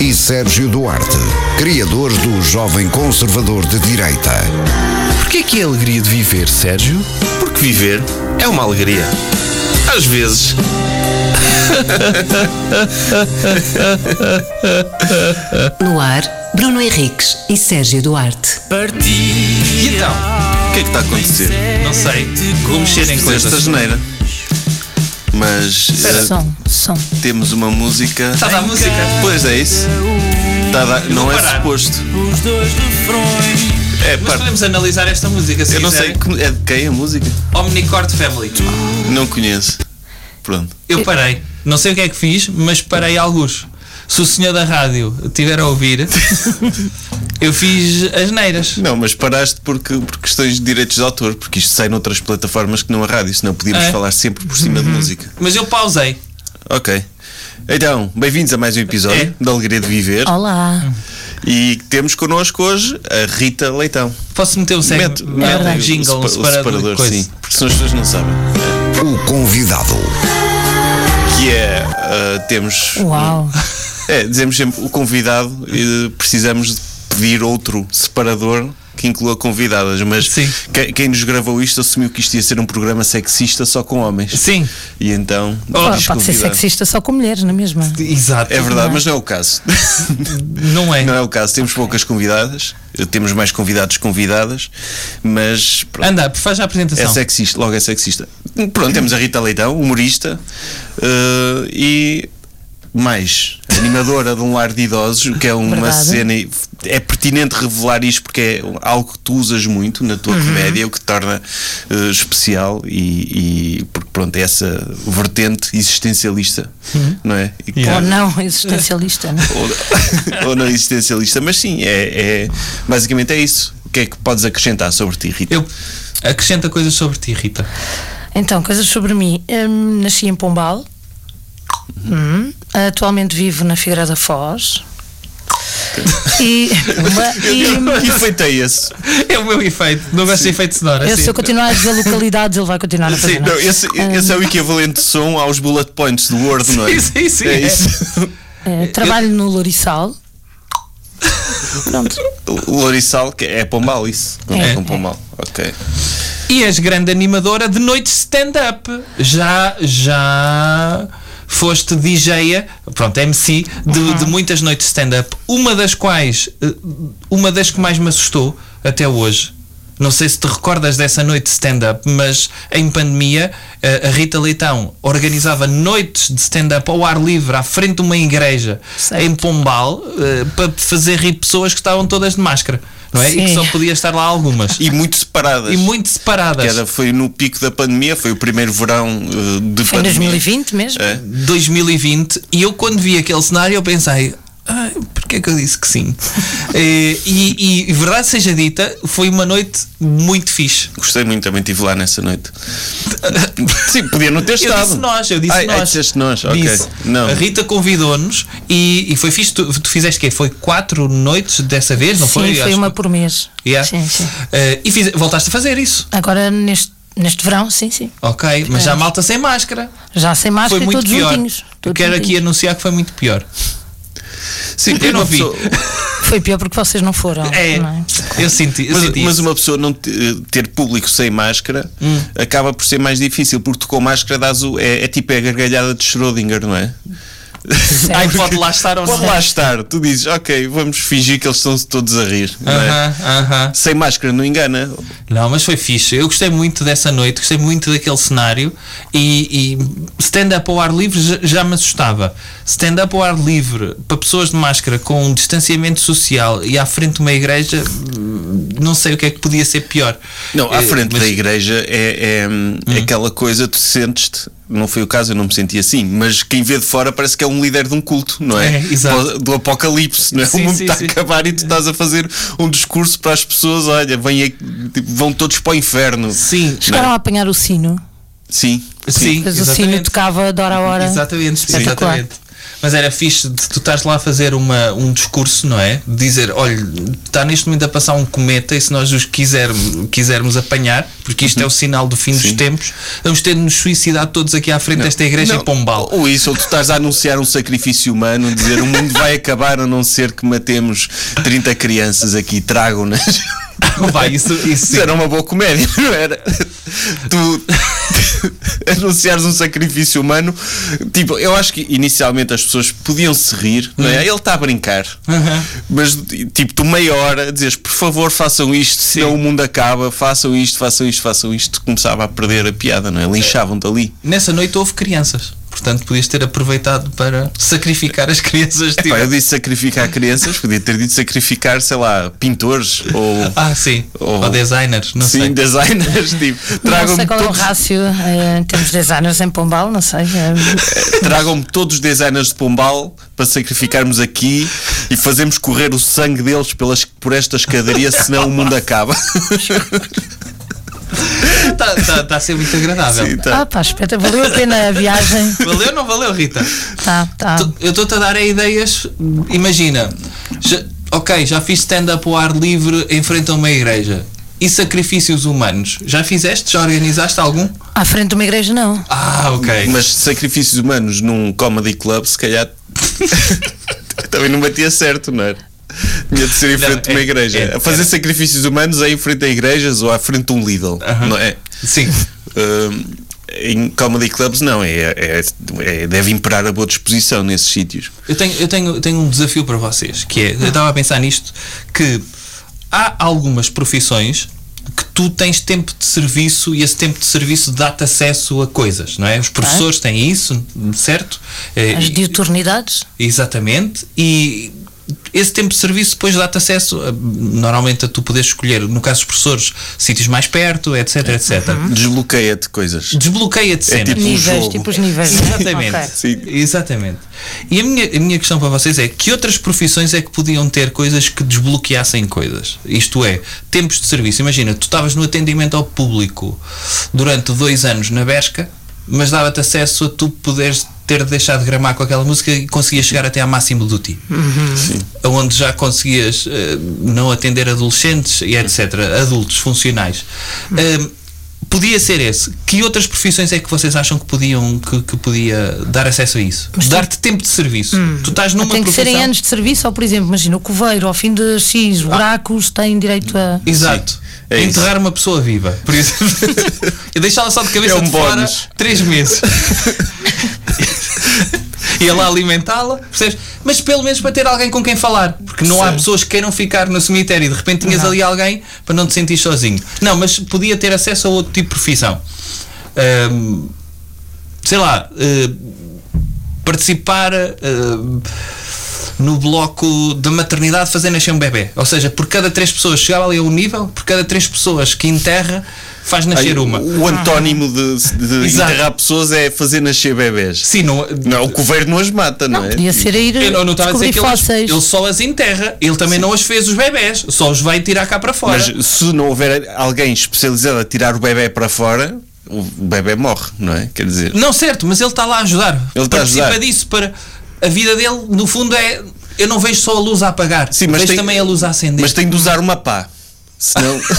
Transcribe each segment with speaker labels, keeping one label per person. Speaker 1: e Sérgio Duarte, criadores do Jovem Conservador de Direita.
Speaker 2: Porquê que é a alegria de viver, Sérgio?
Speaker 3: Porque viver é uma alegria. Às vezes.
Speaker 4: No ar, Bruno Henriques e Sérgio Duarte.
Speaker 3: E então? O que é que está a acontecer?
Speaker 5: Não sei. Vou mexer em
Speaker 3: Fizeste esta
Speaker 5: coisas.
Speaker 3: geneira. Mas eh,
Speaker 6: Som, som.
Speaker 3: temos uma Tá, música.
Speaker 5: Está a dar música.
Speaker 3: Pois é isso. Está a dar- Não é
Speaker 5: parar.
Speaker 3: suposto. É
Speaker 5: Mas
Speaker 3: parte.
Speaker 5: podemos analisar esta música se
Speaker 3: Eu não sei
Speaker 5: quiserem.
Speaker 3: que- é de quem a música.
Speaker 5: Omnicord Family.
Speaker 3: Não conheço. Pronto.
Speaker 5: Eu parei. Não sei o que é que fiz, mas parei alguns. Se o senhor da rádio tiver a ouvir, eu fiz as neiras.
Speaker 3: Não, mas paraste porque, por questões de direitos de autor, porque isto sai noutras plataformas que não a rádio, senão podíamos
Speaker 5: É.
Speaker 3: falar sempre por cima de música.
Speaker 5: Mas eu pausei.
Speaker 3: Ok. Então, bem-vindos a mais um episódio
Speaker 5: É.
Speaker 3: da Alegria de Viver.
Speaker 6: Oh. Olá.
Speaker 3: E temos connosco hoje a Rita Leitão.
Speaker 5: Posso meter um segmento?
Speaker 3: Mete- mete
Speaker 5: um
Speaker 3: o
Speaker 5: jingle,
Speaker 3: sepa-
Speaker 5: um separador, de coisa.
Speaker 3: sim. Porque senão as pessoas não sabem.
Speaker 1: O convidado.
Speaker 3: Que é. ah, temos.
Speaker 6: Uau.
Speaker 3: É, dizemos sempre o convidado e precisamos de pedir outro separador que inclua convidadas, mas
Speaker 5: Sim.
Speaker 3: que- quem nos gravou isto assumiu que isto ia ser um programa sexista só com homens.
Speaker 5: Sim.
Speaker 3: E então.
Speaker 5: Oh,
Speaker 3: diz
Speaker 6: Pode ser
Speaker 3: convidado.
Speaker 6: sexista só com mulheres, não é mesmo?
Speaker 5: Exato.
Speaker 3: É verdade, mas não é o caso.
Speaker 5: Não é.
Speaker 3: Não é o caso. Temos poucas convidadas, temos mais convidados que convidadas, mas pronto.
Speaker 5: Anda, faz a apresentação.
Speaker 3: É sexista, logo é sexista. Pronto, temos a Rita Leitão, humorista eh, e mais animadora de um lar de idosos, o que é uma
Speaker 6: Verdade.
Speaker 3: cena. e É pertinente revelar isto porque é algo que tu usas muito na
Speaker 6: Uhum.
Speaker 3: tua comédia, o que te torna eh, especial e, e porque pronto, é essa vertente existencialista, não é? E que-
Speaker 6: Uhum. Ou não, existencialista, não é?
Speaker 3: ou, ou não existencialista, mas sim, é, é- basicamente é isso. O que é que podes acrescentar sobre ti, Rita?
Speaker 5: Eu acrescenta coisas sobre ti, Rita.
Speaker 6: Então, coisas sobre mim. Hum, nasci em Pombal. Hum. Atualmente vivo na Figueira da Foz. E, Pumba,
Speaker 3: E feitei-se.
Speaker 5: É o meu efeito. Não gosto de efeito sonoro.
Speaker 6: e eu,
Speaker 5: assim.
Speaker 6: se eu continuar a dizer localidades, ele vai continuar a fazer.
Speaker 3: né? Sim,
Speaker 6: não é?
Speaker 3: não, esse, esse é o equivalente de som aos bullet points do Word, não é?
Speaker 5: Ah. Sim, sim, sim,
Speaker 3: É
Speaker 5: é.
Speaker 3: isso.
Speaker 6: É, trabalho no Louriçal. Pronto.
Speaker 3: O Lourissal, que é Pombal, isso. É,
Speaker 6: É.
Speaker 3: com Pombal. Ok.
Speaker 5: E és grande animadora de noites de stand-up. Já, já foste DJ, pronto, MC, de, de muitas noites de stand-up. Uma das quais, eh, uma das que mais me assustou até hoje. Não sei se te recordas dessa noite de stand-up, mas em pandemia eh, a Rita Leitão organizava noites de stand-up ao ar livre, à frente de uma igreja,
Speaker 6: Certo.
Speaker 5: em Pombal, eh, para fazer rir pessoas que estavam todas de máscara, não é? E que
Speaker 6: Sim.
Speaker 5: só podia estar lá algumas.
Speaker 3: E muito separadas.
Speaker 5: E muito
Speaker 3: Que
Speaker 5: separadas.
Speaker 3: era, foi no pico da pandemia, foi o primeiro verão eh, de
Speaker 6: Foi em
Speaker 3: pandemia.
Speaker 6: 2020 mesmo.
Speaker 3: É.
Speaker 5: 2020 e eu quando vi aquele cenário eu pensei "Ai, porque é que eu disse que sim Eh, e, e verdade seja dita foi uma noite muito fixe
Speaker 3: Gostei muito, também estive lá nessa noite. Sim, podia não ter
Speaker 5: eu
Speaker 3: estado.
Speaker 5: disse nós eu disse
Speaker 3: Ai, ai,
Speaker 5: nós,
Speaker 3: disseste nós, ok.
Speaker 5: Disse.
Speaker 3: Não.
Speaker 5: a Rita convidou-nos e, e foi fixe tu, tu fizeste quê? foi quatro noites dessa vez não
Speaker 6: Sim,
Speaker 5: foi?
Speaker 6: foi,
Speaker 5: Acho-
Speaker 6: uma por mês.
Speaker 5: Yeah.
Speaker 6: Sim, sim.
Speaker 5: Eh, e fiz- voltaste a fazer isso
Speaker 6: Agora neste, neste verão, sim, sim.
Speaker 5: ok mas já a malta sem máscara
Speaker 6: Já
Speaker 5: foi
Speaker 6: sem É. máscara e
Speaker 5: muito
Speaker 6: todos
Speaker 5: pior
Speaker 6: juntinhos.
Speaker 5: eu
Speaker 6: Todos
Speaker 5: quero aqui
Speaker 6: juntinhos.
Speaker 5: anunciar que foi muito pior
Speaker 3: Sim,
Speaker 5: eu não
Speaker 3: uma
Speaker 5: vi.
Speaker 3: pessoa-
Speaker 6: Foi pior porque vocês não foram.
Speaker 5: é,
Speaker 6: não é?
Speaker 5: eu senti, eu
Speaker 3: Mas,
Speaker 5: senti
Speaker 3: mas
Speaker 5: isso.
Speaker 3: uma pessoa não te- eh, ter público sem máscara
Speaker 5: Hum.
Speaker 3: acaba por ser mais difícil, porque tu com máscara dás o, é, é tipo a gargalhada de Schrödinger, não é?
Speaker 6: Certo.
Speaker 5: Ai, pode lá estar ou
Speaker 3: Pode
Speaker 5: não.
Speaker 3: lá estar, tu dizes, ok, vamos fingir que eles estão todos a rir. não é?
Speaker 5: Aham, aham.
Speaker 3: Sem máscara, não engana.
Speaker 5: Não, mas foi fixe. Eu gostei muito dessa noite, gostei muito daquele cenário e, e stand-up ao ar livre já, já me assustava. Stand-up ao ar livre para pessoas de máscara com um distanciamento social e à frente de uma igreja, hum, não sei o que é que podia ser pior.
Speaker 3: Não, à
Speaker 5: Eh,
Speaker 3: frente
Speaker 5: mas-
Speaker 3: da igreja é, é, hum, é aquela coisa, tu sentes-te, não foi o caso, eu não me senti assim, mas quem vê de fora parece que é um líder de um culto, não é?
Speaker 5: É, exato.
Speaker 3: Do apocalipse, não é?
Speaker 5: Sim,
Speaker 3: o mundo
Speaker 5: sim,
Speaker 3: está
Speaker 5: sim.
Speaker 3: a acabar e tu estás a fazer um discurso para as pessoas, olha, vem aqui, tipo, vão todos para o inferno. é?
Speaker 5: Sim,
Speaker 6: Chegaram a apanhar o sino,
Speaker 3: Sim,
Speaker 5: sim,
Speaker 6: mas o sino
Speaker 5: exatamente.
Speaker 6: tocava de hora a hora.
Speaker 5: Exatamente,
Speaker 6: Espetacular.
Speaker 5: exatamente. Mas era fixe de tu estás lá a fazer uma, um discurso, não é? De dizer, olha, está neste momento a passar um cometa e se nós os quisermos, quisermos apanhar, porque isto é
Speaker 3: Uhum.
Speaker 5: o sinal do fim dos tempos, vamos ter de nos suicidar todos aqui à frente desta igreja
Speaker 3: Não,
Speaker 5: em Pombal.
Speaker 3: Ou isso, ou tu estás a anunciar um sacrifício humano, dizer o mundo vai acabar a não ser que matemos 30 crianças aqui, tragam-nas.
Speaker 5: Vai, isso, isso
Speaker 3: Isso
Speaker 5: sim.
Speaker 3: era uma boa comédia, não era? Tu anunciares um sacrifício humano, tipo, eu acho que inicialmente as pessoas podiam se rir, não
Speaker 5: Uhum.
Speaker 3: é? Ele está a brincar, mas tipo, tu meia hora dizes, por favor, façam isto, senão o mundo acaba, façam isto, façam isto, façam isto, começava a perder a piada, não é? Linchavam-te ali.
Speaker 5: Nessa noite houve crianças. Portanto, podias ter aproveitado para sacrificar as crianças.
Speaker 3: Epá,
Speaker 5: tipo.
Speaker 3: eu disse sacrificar crianças, podia ter dito sacrificar, sei lá, pintores ou.
Speaker 5: Ah, sim.
Speaker 3: Ou-
Speaker 5: Ou, designers, não
Speaker 3: Oh. sim,
Speaker 5: sei.
Speaker 3: designers, tipo,
Speaker 6: Não sei
Speaker 3: tragam-me
Speaker 6: qual é o
Speaker 3: todos,
Speaker 6: rácio eh, em termos de designers em Pombal, não sei.
Speaker 5: é.
Speaker 6: eh,
Speaker 3: tragam todos os designers de Pombal para sacrificarmos aqui e fazemos correr o sangue deles pelas, por esta escadaria, senão o mundo acaba.
Speaker 5: Está tá, tá a ser muito agradável.
Speaker 3: Sim, tá.
Speaker 6: Ah, pá, espera, valeu a pena a viagem.
Speaker 5: Valeu ou não valeu, Rita?
Speaker 6: Tá, tá.
Speaker 5: Tu- Eu estou-te a dar aí ideias. Imagina, já- ok, já fiz stand-up ao ar livre em frente a uma igreja. E sacrifícios humanos? Já fizeste? Já organizaste algum?
Speaker 6: À frente de uma igreja, não.
Speaker 5: Ah, ok.
Speaker 3: Mas sacrifícios humanos num comedy club, se calhar também não batia certo, não era? Tinha de ser em
Speaker 5: Não,
Speaker 3: frente a uma
Speaker 5: é-
Speaker 3: igreja.
Speaker 5: é-
Speaker 3: a fazer
Speaker 5: era-
Speaker 3: sacrifícios humanos é em frente a igrejas ou à frente de um Lidl, não é?
Speaker 5: Sim.
Speaker 3: Hum, em comedy clubs não, é, é- é- deve imperar a boa disposição nesses sítios.
Speaker 5: Eu tenho, eu tenho, tenho um desafio para vocês, que é, eu estava a pensar nisto, que há algumas profissões que tu tens tempo de serviço e esse tempo de serviço dá-te acesso a coisas, não é? Os professores têm isso, certo? Eh,
Speaker 6: As
Speaker 5: e-
Speaker 6: diuturnidades.
Speaker 5: Exatamente. E esse tempo de serviço depois dá-te acesso, a- normalmente, a tu poderes escolher, no caso dos professores, sítios mais perto, etc, etc.
Speaker 3: Desbloqueia-te coisas.
Speaker 5: Desbloqueia-te cenas.
Speaker 3: tipo Um
Speaker 6: Níveis,
Speaker 3: jogo.
Speaker 6: tipo os níveis. né?
Speaker 5: Exatamente.
Speaker 6: Ok.
Speaker 3: Sim.
Speaker 5: Exatamente. E a minha, a minha questão para vocês é que outras profissões é que podiam ter coisas que desbloqueassem coisas? Isto é, tempos de serviço. Imagina, tu estavas no atendimento ao público durante dois anos na Bershka, mas dava-te acesso a tu poderes ter deixado de gramar com aquela música e conseguias chegar até à máximo do ti. Onde já conseguias eh, não atender adolescentes e etc. Adultos, funcionais.
Speaker 6: Hum.
Speaker 5: Ahm, Podia ser esse. Que outras profissões é que vocês acham que podiam que, que podia dar acesso a isso? Dar-te tempo de serviço. Tu estás numa
Speaker 6: Hum. Tem que
Speaker 5: profissão.
Speaker 6: ser em anos de serviço, ou por exemplo, imagina o coveiro, ao fim de X
Speaker 5: Ah.
Speaker 6: buracos, tem direito a.
Speaker 5: Exato.
Speaker 3: Sim, é
Speaker 5: Enterrar uma pessoa viva, por exemplo. e deixá-la só de cabeça
Speaker 3: É um
Speaker 5: de fora
Speaker 3: bónus.
Speaker 5: três meses. E ela alimentá-la, percebes? Mas pelo menos para ter alguém com quem falar, porque não há pessoas que queiram ficar no cemitério e de repente tinhas ali alguém para não te sentir sozinho. Não, mas podia ter acesso a outro tipo de profissão. Ahm, sei lá, eh, participar eh, no bloco da maternidade fazer nascer um bebê. Ou seja, por cada três pessoas chegava ali a um nível, por cada três pessoas que enterra, faz nascer
Speaker 3: Aí,
Speaker 5: uma.
Speaker 3: O antónimo de, de
Speaker 5: Exato.
Speaker 3: enterrar pessoas é fazer nascer bebés.
Speaker 5: Sim, não.
Speaker 3: Não, o governo as mata, não, é?
Speaker 6: Podia ser a ir
Speaker 5: Eu não, não estava a dizer
Speaker 6: descobrir
Speaker 5: que ele, as-
Speaker 6: fósseis.
Speaker 5: ele só as enterra, ele também não as fez os bebés, só os vai tirar cá para fora.
Speaker 3: Mas se não houver alguém especializado a tirar o bebê para fora, o bebê morre, não é? Quer dizer,
Speaker 5: Não, certo, mas ele está lá a ajudar.
Speaker 3: Ele está a
Speaker 5: Participa
Speaker 3: ajudar.
Speaker 5: disso para. A vida dele, no fundo, é. Eu não vejo só a luz a apagar,
Speaker 3: Sim, mas
Speaker 5: vejo
Speaker 3: tem-
Speaker 5: também a luz a acender.
Speaker 3: mas tem de usar uma pá. Senão.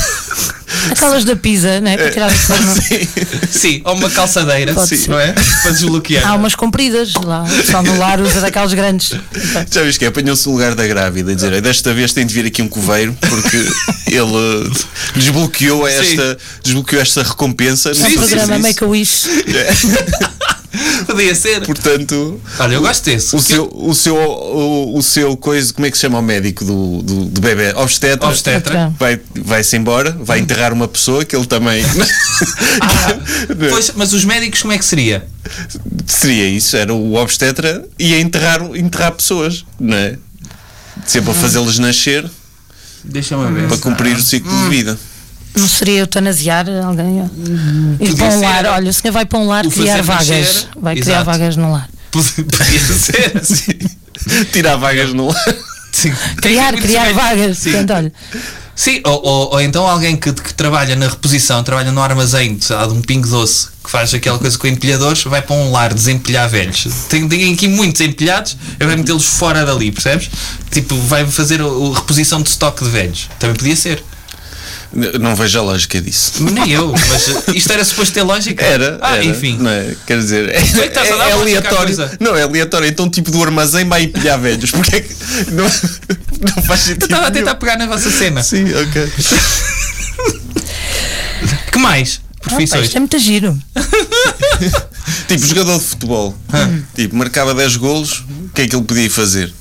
Speaker 6: Aquelas da Pisa,
Speaker 5: É.
Speaker 6: né? Para tirar o forno.
Speaker 5: Sim, ou uma calçadeira,
Speaker 6: Pode
Speaker 5: sim,
Speaker 6: ser.
Speaker 5: não é? Para desbloquear.
Speaker 6: Há umas compridas lá. O pessoal no lar usa daquelas grandes. um
Speaker 3: Já viste que é? apanhou-se o lugar da grávida e dizer "Ei, desta vez tem de vir aqui um coveiro porque ele eh, desbloqueou esta, desbloqueou esta recompensa.
Speaker 6: É
Speaker 3: Não
Speaker 6: um
Speaker 5: Sim,
Speaker 3: sei se
Speaker 6: programa
Speaker 3: isso-
Speaker 6: Make a Wish.
Speaker 5: Podia ser.
Speaker 3: Portanto,
Speaker 5: Olha, eu gosto desse.
Speaker 3: o seu, o seu, o, o seu coisa, como é que se chama o médico do, do, do bebê? Obstetra.
Speaker 5: Obstetra. Hum.
Speaker 3: Vai- Vai-se embora, vai enterrar uma pessoa que ele também.
Speaker 5: Ah, Pois, mas os médicos como é que seria?
Speaker 3: Seria isso, era o obstetra e a enterrar, enterrar pessoas, não é? Sempre a
Speaker 5: Hum.
Speaker 3: fazê-las nascer
Speaker 5: Deixa-me ver.
Speaker 3: para cumprir
Speaker 5: Ah,
Speaker 3: o ciclo
Speaker 5: Hum.
Speaker 3: de vida.
Speaker 6: Não seria eutanasiar alguém? Ir para
Speaker 5: Podia
Speaker 6: um
Speaker 5: ser.
Speaker 6: lar. Olha, o senhor vai para um lar
Speaker 5: O fazer
Speaker 6: criar vagas.
Speaker 5: nascer.
Speaker 6: Vai criar
Speaker 5: Exato.
Speaker 6: vagas no lar.
Speaker 5: Podia ser.
Speaker 3: Tirar vagas no lar.
Speaker 5: Sim.
Speaker 6: Criar, criar vagas.
Speaker 5: Sim.
Speaker 6: Portanto, olha,
Speaker 5: Sim, ou, ou- ou então alguém que, que trabalha na reposição, trabalha no armazém de, sei lá, de um pingo doce, que faz aquela coisa com empilhadores, vai para um lar desempilhar velhos. Tem, tem aqui muitos empilhados, eu vou metê-los fora dali, percebes? Tipo, vai fazer o- o reposição de estoque de velhos. Também podia ser.
Speaker 3: N- Não vejo a lógica disso.
Speaker 5: Nem eu, mas eh, isto era suposto ter lógica.
Speaker 3: Era,
Speaker 5: Ah,
Speaker 3: era,
Speaker 5: enfim.
Speaker 3: não é? quer dizer, é,
Speaker 5: que estás a dar lógica
Speaker 3: é
Speaker 5: à
Speaker 3: aleatório.
Speaker 5: coisa?
Speaker 3: Não, é aleatório. Então, tipo do armazém vai empilhar velhos. Porque é que não, não faz sentido?
Speaker 5: Eu estava a tentar
Speaker 3: nenhum.
Speaker 5: pegar na vossa cena.
Speaker 3: Sim, ok.
Speaker 5: Que mais?
Speaker 6: Ah, pá,
Speaker 5: Profissões.
Speaker 6: isto é muito giro.
Speaker 3: Tipo, jogador de futebol.
Speaker 5: Ah.
Speaker 3: Tipo, marcava 10 golos, o que é que ele podia fazer?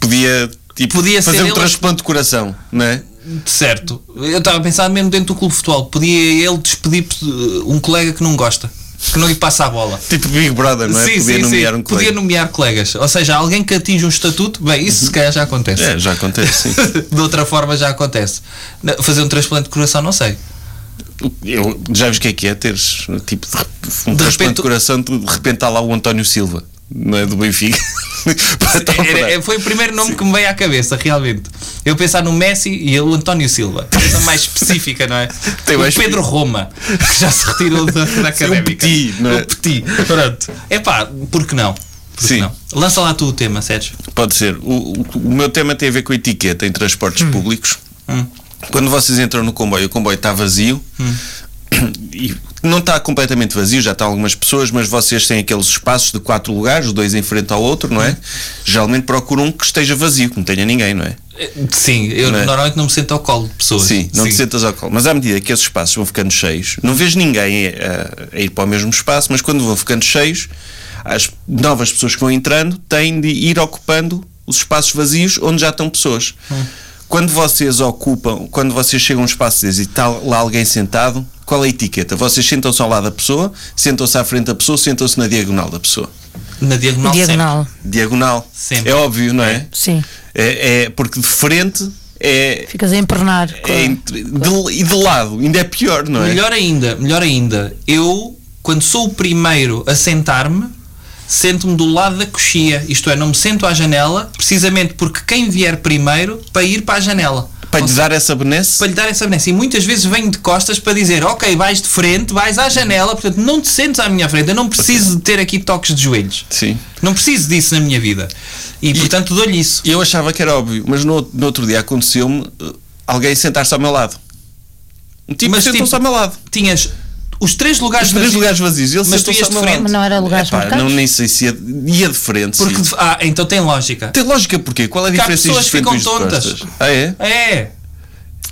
Speaker 3: Podia, tipo,
Speaker 5: Podia ser
Speaker 3: fazer um
Speaker 5: ele-
Speaker 3: transplante de coração, não é?
Speaker 5: Certo. Eu estava a pensar mesmo dentro do clube de futebol. Podia ele despedir uh, um colega que não gosta, que não lhe passa a bola.
Speaker 3: Tipo Big Brother, não é? podia nomear um
Speaker 5: Podia
Speaker 3: colega.
Speaker 5: nomear colegas. Ou seja, alguém que atinge um estatuto, bem, isso se calhar já acontece.
Speaker 3: É, já acontece, sim.
Speaker 5: De outra forma já acontece. Na- Fazer um transplante de coração, não sei.
Speaker 3: Eu, já vês o que é que é teres tipo, de rep- um
Speaker 5: De
Speaker 3: transplante
Speaker 5: repente-
Speaker 3: de coração, tu- de repente está lá o António Silva, não é? Do Benfica. Para te
Speaker 5: Era-
Speaker 3: operar.
Speaker 5: é- foi o primeiro nome que me veio à cabeça, realmente. Eu pensar no Messi e o António Silva. Coisa mais específica, não é?
Speaker 3: Tem
Speaker 5: o
Speaker 3: mais-
Speaker 5: Pedro Roma, que já se retirou da, da académica.
Speaker 3: Petit, não é?
Speaker 5: O Petit. Pronto. É pá, por que não? Por que
Speaker 3: Sim.
Speaker 5: não? Lança lá tu o tema, Sérgio.
Speaker 3: Pode ser. O, o- o meu tema tem a ver com etiqueta em transportes
Speaker 5: Hum.
Speaker 3: públicos. Quando vocês entram no comboio, o comboio está vazio
Speaker 5: Hum.
Speaker 3: e não está completamente vazio, já estão algumas pessoas, mas vocês têm aqueles espaços de quatro lugares, dois em frente ao outro, não é?
Speaker 5: Hum.
Speaker 3: Geralmente procuram um que esteja vazio, que não tenha ninguém, não é?
Speaker 5: Eh, Sim, eu
Speaker 3: Não é?
Speaker 5: normalmente não me sento ao colo de pessoas.
Speaker 3: Sim, não te sentas ao colo. Mas à medida que esses espaços vão ficando cheios, não vês ninguém eh, a, a ir para o mesmo espaço, mas quando vão ficando cheios, as novas pessoas que vão entrando têm de ir ocupando os espaços vazios onde já estão pessoas. Quando vocês ocupam, quando vocês chegam a um espaço desses e está lá alguém sentado, qual é a etiqueta? Vocês sentam-se ao lado da pessoa, sentam-se à frente da pessoa, sentam-se na diagonal da pessoa.
Speaker 5: Na diagonal.
Speaker 6: Diagonal.
Speaker 3: Diagonal.
Speaker 5: Sempre.
Speaker 3: É óbvio, não é?
Speaker 6: Sim.
Speaker 3: É, é porque de frente é,
Speaker 6: Ficas a empernar.
Speaker 3: é entre- de- e de lado, ainda é pior, não é?
Speaker 5: Melhor ainda, melhor ainda, eu, quando sou o primeiro a sentar-me, sento-me do lado da coxia. Isto é, não me sento à janela, precisamente porque quem vier primeiro para ir para a janela.
Speaker 3: Para
Speaker 5: Ou
Speaker 3: lhe
Speaker 5: seja,
Speaker 3: dar essa benesse,
Speaker 5: para lhe dar essa benesse. E muitas vezes venho de costas para dizer, ok, vais de frente, vais à janela, portanto não te sentes à minha frente, eu não preciso de ter aqui toques de joelhos.
Speaker 3: Sim.
Speaker 5: Não preciso disso na minha vida. E, portanto dou-lhe isso.
Speaker 3: eu achava que era óbvio, mas no, no outro dia aconteceu-me eh, alguém sentar-se ao meu lado. Um tipo
Speaker 5: Mas,
Speaker 3: sentou-se
Speaker 5: tipo,
Speaker 3: ao meu lado.
Speaker 5: Tinhas os três lugares
Speaker 3: Os três
Speaker 5: vazios-
Speaker 3: lugares vazios, ele
Speaker 5: mas tu
Speaker 3: sentou-se
Speaker 5: ias
Speaker 3: ao
Speaker 5: de
Speaker 3: meu
Speaker 5: frente.
Speaker 3: lado.
Speaker 6: Mas não era lugares
Speaker 3: Epá,
Speaker 6: marcados?
Speaker 3: não nem sei se ia, ia de frente.
Speaker 5: Porque,
Speaker 3: sim.
Speaker 5: de- ah, então tem lógica.
Speaker 3: Tem lógica porquê? Qual é a
Speaker 5: Porque há
Speaker 3: diferença
Speaker 5: pessoas
Speaker 3: entre frente
Speaker 5: que
Speaker 3: e
Speaker 5: ficam
Speaker 3: os de
Speaker 5: tontas.
Speaker 3: costas? Ah, é?
Speaker 5: É.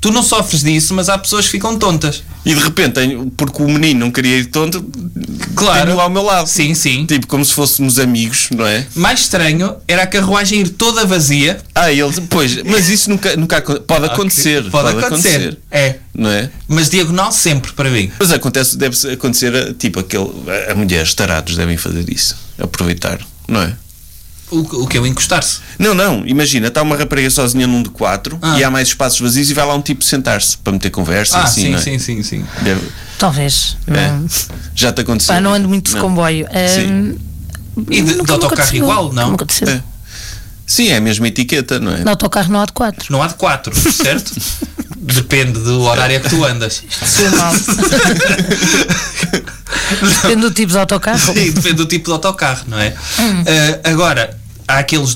Speaker 5: Tu não sofres disso, mas há pessoas que ficam tontas.
Speaker 3: E de repente, tenho- porque o menino não queria ir tonto,
Speaker 5: Claro.
Speaker 3: tenho ao meu lado.
Speaker 5: Sim, sim.
Speaker 3: Tipo, como se fôssemos amigos, não é?
Speaker 5: Mais estranho era a carruagem ir toda vazia.
Speaker 3: Ah, ele, pois, mas isso nunca, nunca acon- pode acontecer.
Speaker 5: Ah, Pode, acontecer. É.
Speaker 3: Não é?
Speaker 5: Mas diagonal sempre para mim.
Speaker 3: Mas acontece, deve se- acontecer, tipo, aquele. A, a mulheres tarados devem fazer isso. Aproveitar, não é?
Speaker 5: O, o que é o encostar-se.
Speaker 3: Não, não, imagina, está uma rapariga sozinha num de quatro
Speaker 5: Ah.
Speaker 3: e há mais espaços vazios e vai lá um tipo sentar-se para meter conversa.
Speaker 5: Ah,
Speaker 3: assim,
Speaker 5: sim,
Speaker 3: não é?
Speaker 5: sim, sim, sim.
Speaker 3: Deve-
Speaker 6: Talvez.
Speaker 3: é.
Speaker 6: Não.
Speaker 3: Já te aconteceu.
Speaker 6: Pá, não ando muito de
Speaker 3: Não.
Speaker 6: comboio.
Speaker 3: Sim.
Speaker 6: Hum,
Speaker 5: E de-
Speaker 6: nunca
Speaker 5: de
Speaker 6: me
Speaker 5: autocarro
Speaker 6: aconteceu.
Speaker 5: igual, não?
Speaker 6: Nunca me aconteceu.
Speaker 3: É. Sim, é a mesma etiqueta, não é?
Speaker 6: No autocarro não há de quatro.
Speaker 5: Não há de quatro, certo? Depende do horário a que tu andas.
Speaker 6: Sou mal. Depende do tipo de autocarro.
Speaker 5: Sim, depende do tipo de autocarro, não é?
Speaker 3: Hum.
Speaker 5: Ah, agora, há aqueles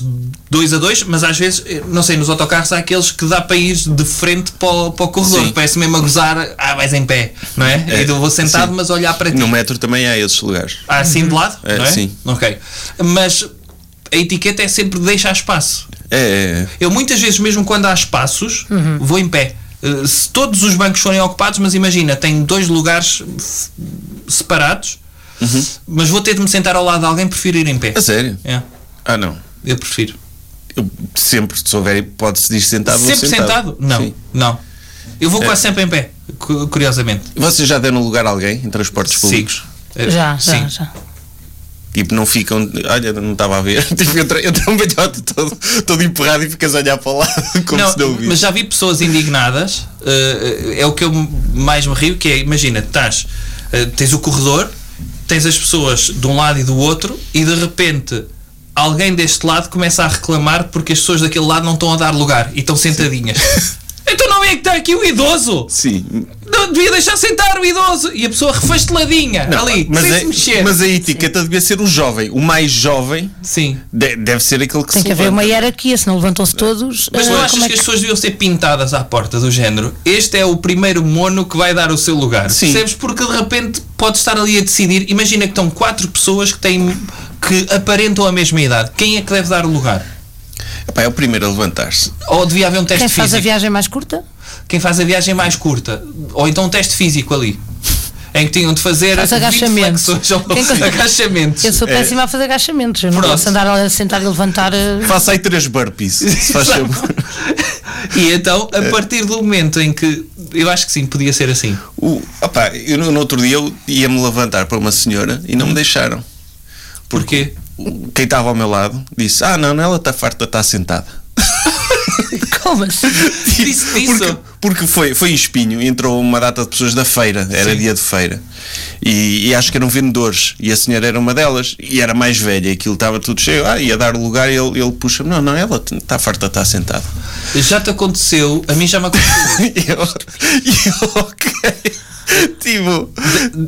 Speaker 5: dois a dois, mas às vezes, eh, não sei, nos autocarros há aqueles que dá para ir de frente para o, para o corredor.
Speaker 3: Sim.
Speaker 5: Parece mesmo a gozar, ah, vais em pé, não é?
Speaker 3: É,
Speaker 5: Eu vou sentado,
Speaker 3: sim.
Speaker 5: mas olhar para ti.
Speaker 3: No metro também há esses lugares.
Speaker 5: Ah, assim de lado,
Speaker 3: É,
Speaker 5: não é?
Speaker 3: sim.
Speaker 5: Ok. Mas a etiqueta é sempre deixar espaço.
Speaker 3: É, é, é.
Speaker 5: Eu muitas vezes, mesmo quando há espaços,
Speaker 6: Uhum.
Speaker 5: vou em pé. Eh, Se todos os bancos forem ocupados, mas imagina, tenho dois lugares f- separados, mas vou ter de me sentar ao lado de alguém, prefiro ir em pé.
Speaker 3: A sério?
Speaker 5: É,
Speaker 3: Ah, não.
Speaker 5: eu prefiro.
Speaker 3: Eu sempre, se houver, pode-se dizer Tá sentado vou
Speaker 5: sempre sentado? Não,
Speaker 3: Sim.
Speaker 5: não. Eu vou quase sempre em pé, cu- curiosamente.
Speaker 3: Vocês já deram lugar a alguém em transportes públicos?
Speaker 5: Sigo. Eh,
Speaker 6: Já, já,
Speaker 5: sim.
Speaker 6: já.
Speaker 3: Tipo, não ficam. Olha, não estava a ver. Tipo, entra, entra um velhote todo, todo emperrado e ficas a olhar para o lado como
Speaker 5: Não,
Speaker 3: se não ouvisse.
Speaker 5: mas já vi pessoas indignadas. eh, eh, é o que eu m- mais me rio, que é, imagina, estás, eh, tens o corredor, tens as pessoas de um lado e do outro, e de repente alguém deste lado começa a reclamar porque as pessoas daquele lado não estão a dar lugar e estão sentadinhas. Olha que está aqui o idoso!
Speaker 3: Sim.
Speaker 5: Não devia deixar sentar o idoso! E a pessoa refasteladinha,
Speaker 3: Não,
Speaker 5: ali,
Speaker 3: mas
Speaker 5: sem
Speaker 3: a,
Speaker 5: se mexer.
Speaker 3: Mas é- a etiqueta devia ser o jovem. O mais jovem
Speaker 5: Sim.
Speaker 3: de- deve ser aquele que
Speaker 6: Tem
Speaker 3: se
Speaker 6: que haver
Speaker 3: levanta.
Speaker 6: uma hierarquia, senão levantam-se todos.
Speaker 5: Mas
Speaker 6: ah,
Speaker 5: não achas
Speaker 6: como é
Speaker 5: que as pessoas deviam ser pintadas à porta do género? Este é o primeiro mono que vai dar o seu lugar.
Speaker 3: Sim.
Speaker 5: Percebes? Porque de repente pode estar ali a decidir. Imagina que estão quatro pessoas que têm que aparentam a mesma idade. Quem é que deve dar o lugar?
Speaker 3: Epá, é o primeiro a levantar-se.
Speaker 5: Ou devia haver um teste
Speaker 6: Quem
Speaker 5: físico?
Speaker 6: faz a viagem mais curta?
Speaker 5: Quem faz a viagem mais curta? Ou então um teste físico ali. Em que tinham de fazer
Speaker 6: Faz
Speaker 5: 20
Speaker 6: agachamentos.
Speaker 5: flexões ou
Speaker 6: Quem-
Speaker 5: agachamentos.
Speaker 6: Eu sou péssima a fazer agachamentos. Eu não
Speaker 5: É. Pronto.
Speaker 6: posso andar a sentar e levantar. ah,
Speaker 3: Faça aí três burpees, se faz
Speaker 5: Exato.
Speaker 3: favor.
Speaker 5: E então, a partir do momento em que. Eu acho que sim, podia ser assim.
Speaker 3: O, opá, eu no, no outro dia eu ia-me levantar para uma senhora e não me deixaram.
Speaker 5: Porquê?
Speaker 3: O- Quem estava ao meu lado disse: Ah, não, não, ela está farta, está sentada.
Speaker 6: Como assim?
Speaker 5: Disse isso.
Speaker 3: Porque, porque foi, foi em espinho, entrou uma data de pessoas da feira, era
Speaker 5: Sim.
Speaker 3: dia de feira. E, e acho que eram vendedores, e a senhora era uma delas, e era mais velha, aquilo estava tudo cheio, ah, ia dar o lugar, e ele, ele puxa-me: Não, não, ela está farta, está sentada.
Speaker 5: Já te aconteceu, a mim já me aconteceu.
Speaker 3: E eu, e eu, ok. Tipo,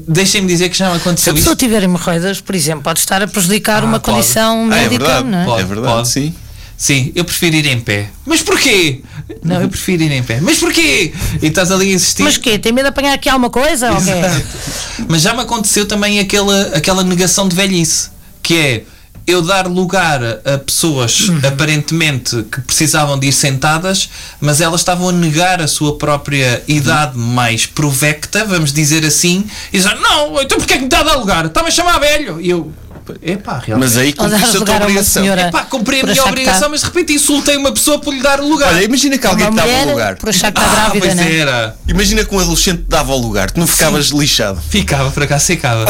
Speaker 5: Deixem-me dizer que já me
Speaker 6: Se a
Speaker 5: aconteceu
Speaker 6: pessoa
Speaker 5: isso.
Speaker 6: tiver hemorroidas, por exemplo, pode estar a prejudicar
Speaker 5: Ah,
Speaker 6: uma
Speaker 5: pode.
Speaker 6: condição
Speaker 3: ah, é
Speaker 6: médica,
Speaker 3: verdade,
Speaker 6: não é?
Speaker 5: Pode,
Speaker 3: é verdade,
Speaker 5: pode.
Speaker 3: sim.
Speaker 5: Sim, eu prefiro ir em pé. Mas porquê? Não, eu prefiro ir em pé. Mas porquê? E estás ali a insistir.
Speaker 6: Mas é? quê? Tem medo de apanhar aqui alguma coisa? ou quê?
Speaker 5: Mas já me aconteceu também aquela, aquela negação de velhice, que é eu dar lugar a pessoas aparentemente que precisavam de ir sentadas, mas elas estavam a negar a sua própria idade mais provecta, vamos dizer assim, e dizer, não, então porquê é que me está a dar lugar? Está-me a chamar velho. E eu, epá, realmente.
Speaker 3: Mas aí
Speaker 6: Ou dar
Speaker 3: cumpriste
Speaker 6: lugar a
Speaker 3: a tua
Speaker 6: uma
Speaker 3: obrigação.
Speaker 6: senhora.
Speaker 5: Epá, cumpri a
Speaker 6: Por
Speaker 5: minha
Speaker 6: achar que tá
Speaker 5: obrigação,
Speaker 6: está-
Speaker 5: mas de repente insultei uma pessoa por lhe dar o lugar.
Speaker 3: Olha, imagina que alguém
Speaker 6: Uma
Speaker 3: te dava o
Speaker 6: mulher,
Speaker 3: lugar.
Speaker 6: por achar que está
Speaker 5: ah,
Speaker 6: grávida,
Speaker 5: pois
Speaker 6: não é?
Speaker 5: era.
Speaker 3: Imagina que um adolescente te dava o lugar, tu não ficavas lixado.
Speaker 5: Ficava para cá, secava.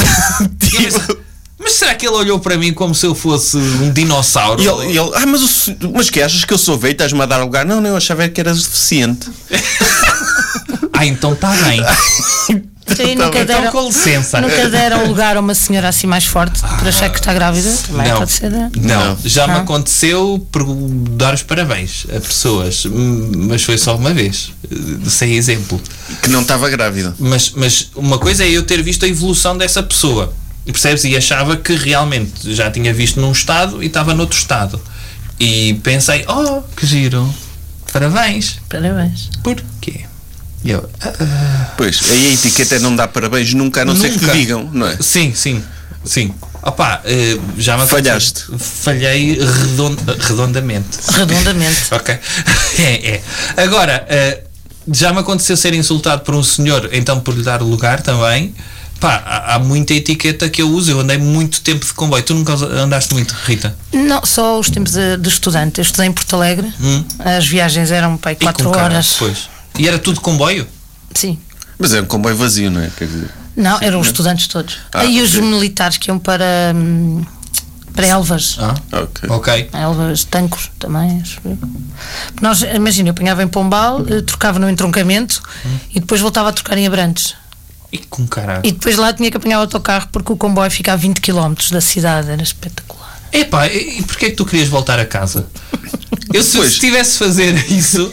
Speaker 3: Tipo,
Speaker 5: Mas será que ele olhou para mim como se eu fosse um dinossauro?
Speaker 3: e ele, e ele, ah, mas, o, se- mas que achas que eu sou velho? Estás-me a dar lugar? Não, não, eu achava que eras deficiente.
Speaker 5: Ah, então está bem.
Speaker 6: Sim,
Speaker 3: Tá
Speaker 6: nunca
Speaker 3: bem.
Speaker 5: Então
Speaker 6: deram,
Speaker 5: com licença.
Speaker 6: nunca deram lugar a uma senhora assim mais forte por achar que está grávida? Também
Speaker 5: Ah. Não,
Speaker 6: pode ser. não é?
Speaker 5: não, já me
Speaker 6: Ah.
Speaker 5: aconteceu per- dar os parabéns a pessoas, hum, mas foi só uma vez, eh, sem exemplo.
Speaker 3: Que não estava grávida.
Speaker 5: Mas, mas uma coisa é eu ter visto a evolução dessa pessoa, percebes? E achava que realmente já tinha visto num estado e estava noutro estado. E pensei, oh, que giro, parabéns,
Speaker 6: Parabéns.
Speaker 5: porquê? E eu, "Ah,
Speaker 3: Pois, aí a etiqueta é não dar parabéns nunca, a não ser que
Speaker 5: Nunca.
Speaker 3: te digam, não é?
Speaker 5: Sim, sim, sim. Opa, eh, já me aconteceu.
Speaker 3: Falhaste.
Speaker 5: Falhei redonda- redondamente.
Speaker 6: Redondamente.
Speaker 5: ok. É, é. Agora, eh, já me aconteceu ser insultado por um senhor, então por lhe dar lugar também. Pá, há, há muita etiqueta que eu uso. Eu andei muito tempo de comboio. Tu nunca andaste muito, Rita?
Speaker 6: Não, só os tempos de, de estudante. Eu estudei em Porto Alegre. As viagens eram pai,
Speaker 5: Hum? E
Speaker 6: quatro
Speaker 5: com carro,
Speaker 6: horas.
Speaker 5: Pois. E era tudo comboio?
Speaker 6: Sim.
Speaker 3: Mas é um comboio vazio, não é? Quer dizer,
Speaker 6: Não, eram
Speaker 5: né?
Speaker 6: os estudantes todos.
Speaker 3: Ah,
Speaker 6: e os
Speaker 3: ok.
Speaker 6: militares que iam para, hum, para Elvas.
Speaker 5: Ah,
Speaker 3: ok.
Speaker 5: ok.
Speaker 6: Elvas, Tancos também. acho eu. Nós, imagina, eu apanhava em Pombal, eh, trocava no entroncamento
Speaker 5: Hum?
Speaker 6: e depois voltava a trocar em Abrantes.
Speaker 5: E com caralho.
Speaker 6: E depois lá tinha que apanhar o autocarro porque o comboio ficava a 20 km da cidade. Era espetacular.
Speaker 5: Epá, e e porquê é que tu querias voltar a casa? Eu se
Speaker 3: Pois.
Speaker 5: se tivesse fazer isso,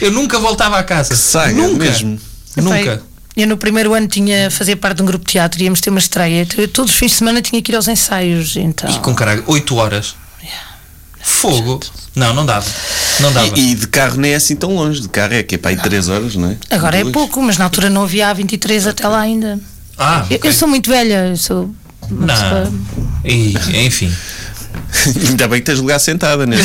Speaker 5: eu nunca voltava a casa.
Speaker 3: saga,
Speaker 5: nunca.
Speaker 3: mesmo.
Speaker 5: Nunca.
Speaker 6: Pai, Eu no primeiro ano tinha fazia parte de um grupo de teatro, íamos ter uma estreia. Eu todos os fins de semana tinha que ir aos ensaios. Então.
Speaker 5: E com caralho, 8 horas.
Speaker 6: Oh.
Speaker 5: Fogo. Não, não dava. Não dava.
Speaker 3: E, e de carro nem é assim tão longe, de carro é que é para aí 3 horas, não é?
Speaker 6: Agora é
Speaker 3: Duas.
Speaker 6: pouco, mas na altura não havia A23 até lá ainda.
Speaker 5: ah,
Speaker 6: Eu,
Speaker 5: ok.
Speaker 6: eu sou muito velha, eu sou. uma pessoa-
Speaker 5: Não. E, enfim.
Speaker 3: Ainda bem que tens lugar sentada, não é?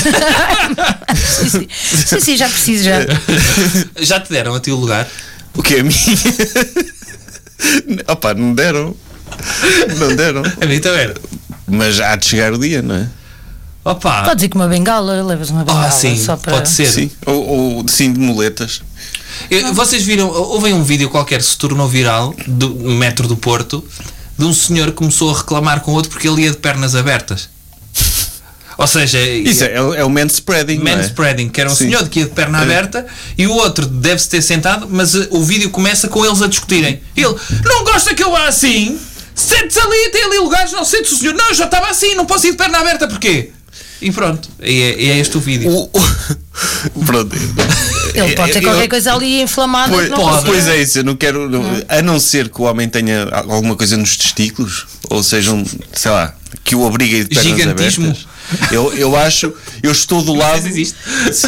Speaker 6: Sim, sim, sim, sim, já preciso já.
Speaker 5: Ah. Já te deram a ti o lugar?
Speaker 3: O que é a minha? Opa, não deram. Não deram.
Speaker 5: A mim também era.
Speaker 3: Mas há de chegar o dia, não é?
Speaker 5: Opa.
Speaker 6: Podes ir com uma bengala, levas uma bengala
Speaker 5: Ah, sim,
Speaker 6: só para.
Speaker 5: pode ser.
Speaker 3: Sim. Ou, ou sim, de muletas.
Speaker 5: Eu- vocês viram, houve um vídeo qualquer que se tornou viral do no metro do Porto de um senhor que começou a reclamar com outro porque ele ia de pernas abertas. Ou seja,
Speaker 3: Isso é, é o man spreading. não é?
Speaker 5: Man spreading, que era um
Speaker 3: Sim. É.
Speaker 5: senhor que ia de perna aberta e o outro deve-se ter sentado, mas eh, o vídeo começa com eles a discutirem. Ele, não gosta que eu vá assim? Sente-se ali, tem ali lugares, não sente o senhor. Não, eu já estava assim, não posso ir de perna aberta, porquê? E pronto, e é, e é este o vídeo.
Speaker 3: O- o- Pronto.
Speaker 6: Ele
Speaker 5: É,
Speaker 6: pode ter
Speaker 3: Eu-
Speaker 6: qualquer coisa ali inflamada.
Speaker 3: Pois,
Speaker 6: que não
Speaker 3: pois
Speaker 6: consigo.
Speaker 3: é isso, eu não quero. não- a não ser que o homem tenha alguma coisa nos testículos, ou seja, um, sei lá, que o obrigue a ir de pernas
Speaker 5: Gigantismo.
Speaker 3: abertas. Eu, eu acho, eu estou do lado.
Speaker 5: existe.
Speaker 3: Sim,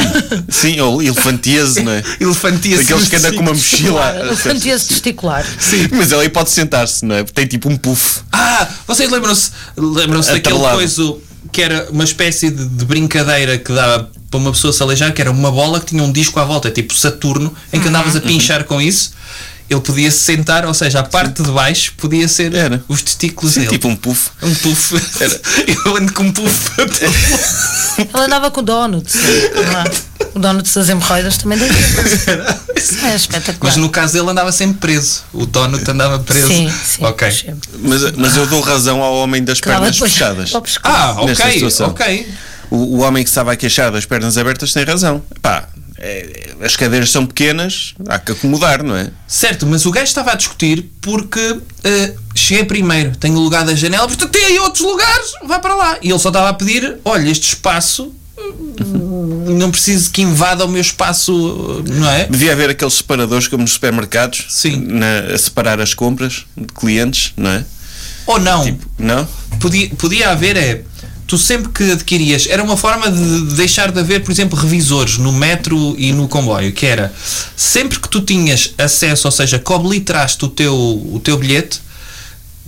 Speaker 3: sim, ou elefantiese, não é?
Speaker 5: Elefantíase.
Speaker 3: Aqueles que andam com uma
Speaker 5: é.
Speaker 3: mochila.
Speaker 6: Elefantíase testicular.
Speaker 3: Sim. Mas ele aí pode sentar-se, não é? Tem tipo um puff.
Speaker 5: Ah, vocês lembram-se lembram daquele
Speaker 3: Atrelado.
Speaker 5: coisa que era uma espécie de, de brincadeira que dava para uma pessoa se aleijar, que era uma bola que tinha um disco à volta, tipo Saturno, em
Speaker 6: Uhum,
Speaker 5: que andavas a pinchar com isso. Ele podia se sentar, ou seja, a parte de baixo podia ser
Speaker 3: Era.
Speaker 5: os testículos
Speaker 3: Sim,
Speaker 5: dele.
Speaker 3: tipo um puff.
Speaker 5: um puff. Eu ando com um puff.
Speaker 6: Ela andava com o Donuts. não é? O Donuts das hemorroidas também daí. Isso é espetacular.
Speaker 5: Mas no caso dele andava sempre preso. O Donut andava preso.
Speaker 6: Sim, sim.
Speaker 5: Ok.
Speaker 6: sempre.
Speaker 3: Mas, mas eu dou razão ao homem das
Speaker 6: Que dava
Speaker 3: pernas
Speaker 6: depois
Speaker 3: fechadas.
Speaker 6: para o pescoço.
Speaker 5: Ah,
Speaker 3: Nesta
Speaker 5: ok,
Speaker 3: situação.
Speaker 5: ok.
Speaker 3: O, o homem que estava a queixar das pernas abertas tem razão. Pá, é- as cadeiras são pequenas, há que acomodar, não é?
Speaker 5: Certo, mas o gajo estava a discutir porque eh, cheguei primeiro, tenho lugar da janela, portanto tem aí outros lugares, vai para lá. E ele só estava a pedir: olha, este espaço hum, não preciso que invada o meu espaço, não é?
Speaker 3: Devia haver aqueles separadores como nos supermercados
Speaker 5: Sim.
Speaker 3: na- a separar as compras de clientes, não é?
Speaker 5: Ou não.
Speaker 3: Não?
Speaker 5: Podia, podia haver é. Tu sempre que adquirias, era uma forma de deixar de haver, por exemplo, revisores no metro e no comboio, que era sempre que tu tinhas acesso, ou seja, cobliteraste o teu, o teu bilhete,